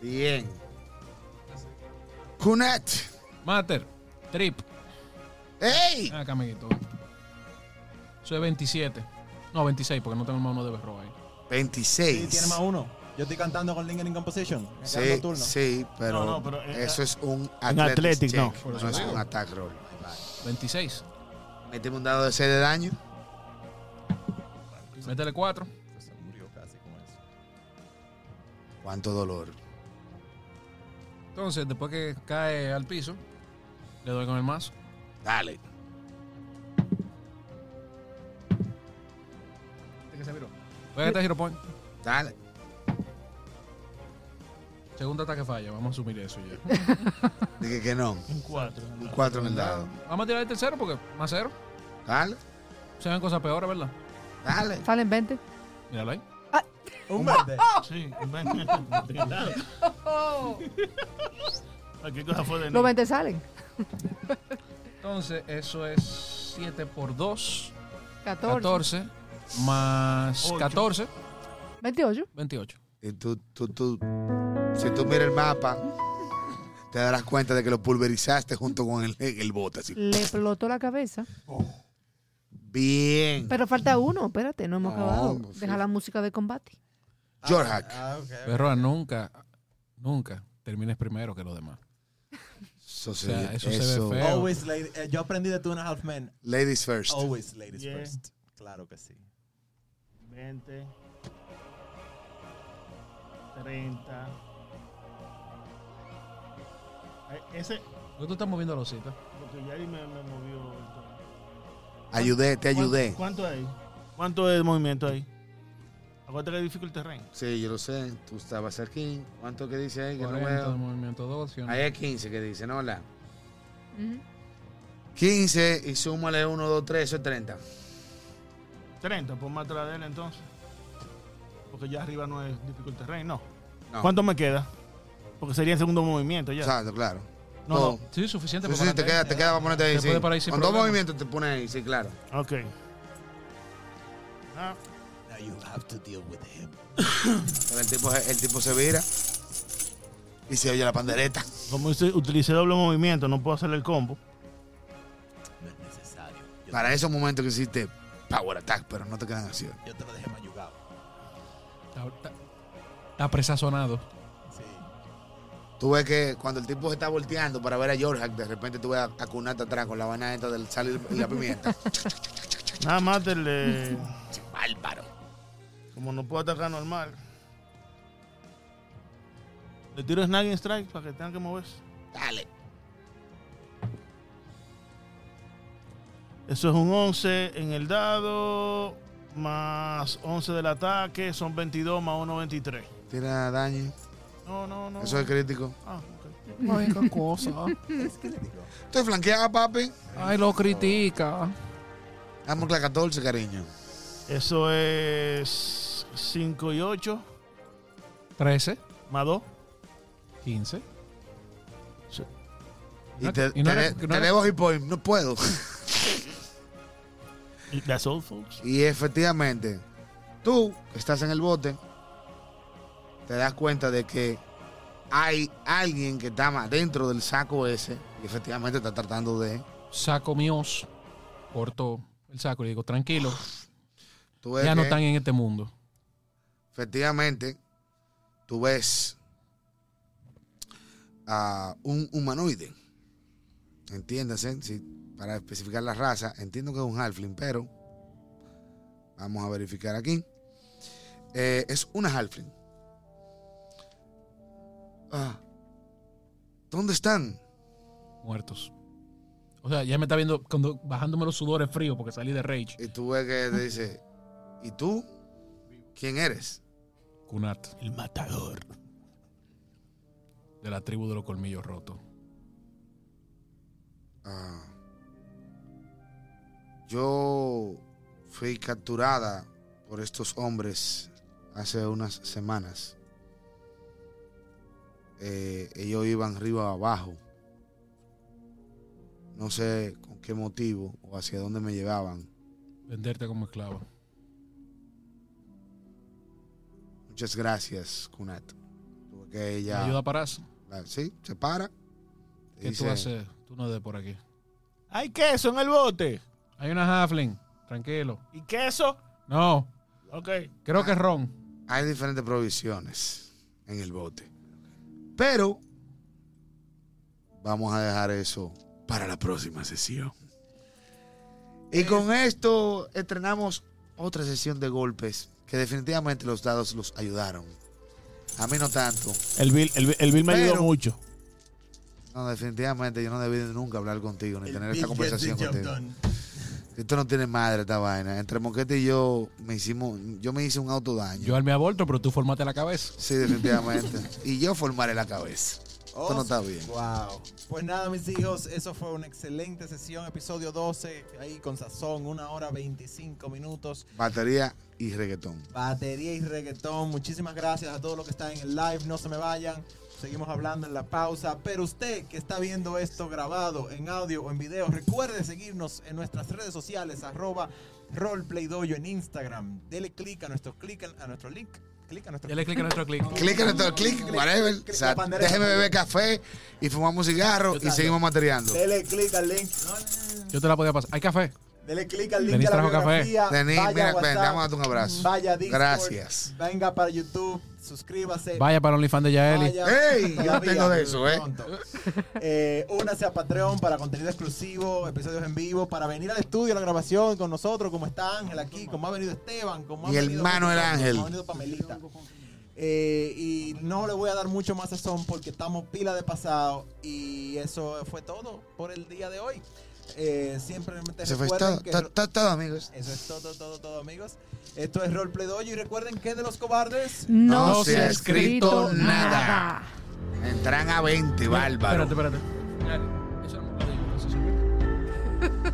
S7: Bien.
S4: Kunet.
S2: Mater, Trip.
S4: ¡Ey!
S2: Ven Acá, amiguito. Soy 27. No, 26, porque no tengo el más uno de Berro ahí.
S1: Sí, tiene
S4: 26.
S1: más uno. Yo estoy cantando con Lingen in Composition. Me quedan
S4: Sí,
S1: dos turnos.
S4: sí, pero
S5: No, no, pero, eh,
S4: eso es un
S5: athletic,
S4: athletic
S5: no.
S4: check,
S2: Por
S4: No
S2: eso
S4: es
S2: digo.
S4: un attack roll.
S2: 26.
S4: Méteme un dado de 6 de daño.
S2: Métele 4.
S1: Se murió casi con eso.
S4: Cuánto dolor.
S2: Entonces, después que cae al piso, le doy con el mazo.
S4: Dale.
S2: Este que se miró. Voy a gastar Hero Point.
S4: Dale.
S2: Segundo ataque falla. Vamos a asumir eso ya.
S4: Dije que no.
S5: Un 4.
S4: Un 4 en el dado.
S2: Vamos a tirar el tercero porque más cero.
S4: Dale.
S2: Se ven cosas peores, ¿verdad?
S4: Dale.
S3: Salen 20.
S2: Míralo ahí.
S1: Un verde.
S4: Ah,
S5: Sí, ven. ¿Qué cosa fue de
S3: Los
S5: mí?
S3: 20 salen.
S2: Entonces, eso es 7 por 2.
S3: 14.
S2: 14 más
S5: Ocho.
S2: 14,
S3: 28.
S2: 28.
S4: Y tú, tú, tú, si tú miras el mapa, te darás cuenta de que lo pulverizaste junto con el, el bote. Así.
S3: Le explotó la cabeza.
S4: Bien.
S3: Pero falta uno. Espérate, no hemos
S4: No,
S3: acabado.
S4: pues sí.
S3: Deja la música de combate.
S4: Jorhack.
S1: Ah, ok.
S2: Berroa, nunca, nunca termines primero que los demás.
S4: Eso,
S2: O sea,
S4: sí,
S2: eso se ve
S4: eso.
S2: feo.
S1: Always lady. eh, yo aprendí de Two and a Half Men.
S4: Ladies first.
S1: Always ladies
S5: Yeah.
S1: first. Claro que sí.
S5: 20. 30. Eh, Ese,
S2: ¿Cómo tú estás moviendo la osita?
S5: porque Yari me, me movió. el-
S4: Ayudé, te ayudé.
S5: ¿Cuánto hay? ¿Cuánto es el movimiento ahí? Acuérdate que es difícil el terreno.
S7: Sí, yo lo sé. Tú estabas aquí. ¿Cuánto que dice ahí? Que no
S2: 40 de
S7: veo.
S2: movimiento 2, ¿sí o no?
S7: Ahí es 15 que dice, ¿no? La.
S3: Ujú.
S4: 15.
S7: Y súmale 1, 2, 3, eso es 30.
S5: 30, pon más atrás de él entonces. Porque ya arriba no es difícil el terreno, no.
S7: No.
S5: ¿Cuánto me queda? Porque sería el segundo movimiento ya.
S4: Exacto, claro.
S5: no,
S4: todo.
S2: Sí, suficiente.
S4: Sí,
S2: para
S4: sí, te queda, te queda para ponerte ahí.
S2: Te
S4: sí.
S2: puede parar ahí sin
S4: Con dos
S2: problema.
S4: movimientos.
S7: Te pone ahí, sí, claro.
S5: no. Ok. Ah,
S1: Now you have to deal with him.
S4: Pero el tipo, el tipo se vira y se oye la pandereta.
S5: como hice- utilicé doble movimiento, no puedo hacerle el combo.
S1: No es necesario. Yo,
S4: Para esos momentos que hiciste power attack, pero no te quedan así.
S1: yo te lo dejé mayugado.
S2: Está, está, está presazonado.
S1: Sí.
S4: Tú ves que cuando el tipo se está volteando para ver a George, de repente tú ves a, a Kunata atrás con la vaina esta del sal y la pimienta.
S5: Nada más del. eh,
S4: Bárbaro.
S5: como no puedo atacar normal. Le tiro snagging strike para que tengan que moverse.
S4: Dale.
S5: Eso es un 11 en el dado, más 11 del ataque, son 22 más 1, 23.
S4: Tira daño.
S5: No, no, no.
S4: Eso es crítico.
S5: Ah, ok.
S2: Ay, qué cosa.
S4: Estoy flanqueada, papi.
S2: Ay, lo critica.
S4: Damos la 14, cariño.
S5: Eso es 5 y 8,
S2: 13,
S5: más 2.
S2: 15.
S4: Y te,
S2: Y no
S4: te
S2: era-
S4: de-
S2: no
S4: te
S2: era-
S4: debo hip hop. No puedo.
S5: That's all, folks.
S4: Y efectivamente, tú que estás en el bote, te das cuenta de que hay alguien que está más dentro del saco ese y efectivamente está tratando de...
S2: Saco míos. Corto el saco y le digo, tranquilo,
S4: Tú ves
S2: ya no
S4: que,
S2: están en este mundo.
S4: Efectivamente, tú ves a un humanoide. Entiéndase, si- para especificar la raza, entiendo que es un halfling, pero vamos a verificar aquí. Eh, es una halfling. Ah, ¿Dónde están?
S2: Muertos. O sea, ya me está viendo cuando, bajándome los sudores fríos porque salí de Rage.
S4: Y tú ves que te dice, ¿y tú? ¿Quién eres?
S2: Kunat,
S5: El matador.
S2: de la tribu de los colmillos rotos.
S4: Ah. yo fui capturada por estos hombres hace unas semanas. Eh, ellos iban arriba abajo. No sé con qué motivo o hacia dónde me llevaban.
S2: Venderte como esclavo.
S4: Muchas gracias, Kunat. Porque
S2: ¿Me
S4: ella...
S2: ayuda para eso?
S4: la- sí, se para. y
S2: ¿Qué tú
S4: dice,
S2: haces? Tú no de por aquí.
S5: Hay queso en el bote.
S2: Hay una halfling. Tranquilo.
S5: ¿Y queso?
S2: No,
S5: Ok.
S2: creo que es Ron.
S4: hay diferentes provisiones en el bote. Pero vamos a dejar eso para la próxima sesión. Y con esto estrenamos otra sesión de golpes que definitivamente los dados los ayudaron. A mí no tanto.
S5: El Bill, el, Bill- el Bill me ayudó
S4: Pero-
S5: mucho.
S4: No, definitivamente yo no debí nunca hablar contigo ni
S1: El
S4: tener
S1: Bill
S4: esta
S1: gets
S4: conversación
S1: the job
S4: contigo.
S1: done.
S4: Esto no tiene madre esta vaina. Entre Moquete y yo me hicimos, yo me hice un autodaño.
S2: Yo armé aborto, pero tú formaste la cabeza.
S4: Sí, definitivamente. y yo formaré la cabeza.
S1: Oh,
S4: Esto no está bien.
S1: Wow. Pues nada, mis hijos, eso fue una excelente sesión, episodio 12, ahí con sazón, una hora 25 minutos,
S4: Batería y reggaetón.
S1: batería y reggaetón. Muchísimas gracias a todos los que están en el live, no se me vayan. Seguimos hablando en la pausa, pero usted que está viendo esto grabado en audio o en video, recuerde seguirnos en nuestras redes sociales, arroba roleplaydoyo en Instagram. Dele click a nuestro click, a nuestro link. Click a nuestro
S2: Dale clic a nuestro clic.
S4: Clic en todo, clic, whatever. O sea,
S1: La pandereta.
S4: déjeme beber café y fumamos cigarro y
S1: Exacto.
S4: seguimos materiando.
S1: Dele click al link.
S2: Yo te la podía pasar. Hay café.
S1: Dele clic al link
S2: Denis
S1: de la
S2: trajo café.
S1: biografía.
S4: Denis,
S1: vaya
S4: mira,
S1: a
S4: ven,
S1: WhatsApp,
S4: vamos a darte un abrazo.
S1: Vaya a Discord,
S4: Gracias.
S1: Venga para YouTube, suscríbase.
S2: Vaya para OnlyFans de Yaeli.
S1: vaya
S4: ¡Ey! Yo
S1: todavía,
S4: tengo de eso, ¿eh?
S1: pronto. Eh, Únase a Patreon para contenido exclusivo, episodios en vivo, para venir al estudio a la grabación con nosotros, como está Ángel aquí, como ha venido Esteban, como ha
S4: Mi
S1: venido
S4: hermano el
S1: como
S4: Ángel.
S1: ha venido Pamelita. Eh, y no le voy a dar mucho más sazón porque estamos pila de pasado. Y eso fue todo por el día de hoy. Eh, siempre me
S4: Se fue todo, todo, todo, todo, amigos.
S1: Eso es todo, todo, todo, amigos. Esto es Roleplay Dojo. Y recuerden que de los cobardes.
S4: No se ha escrito
S8: nada.
S7: Entran a 20, bárbaro.
S2: Espérate, espérate. Ya, Eso no me lo digo, entonces,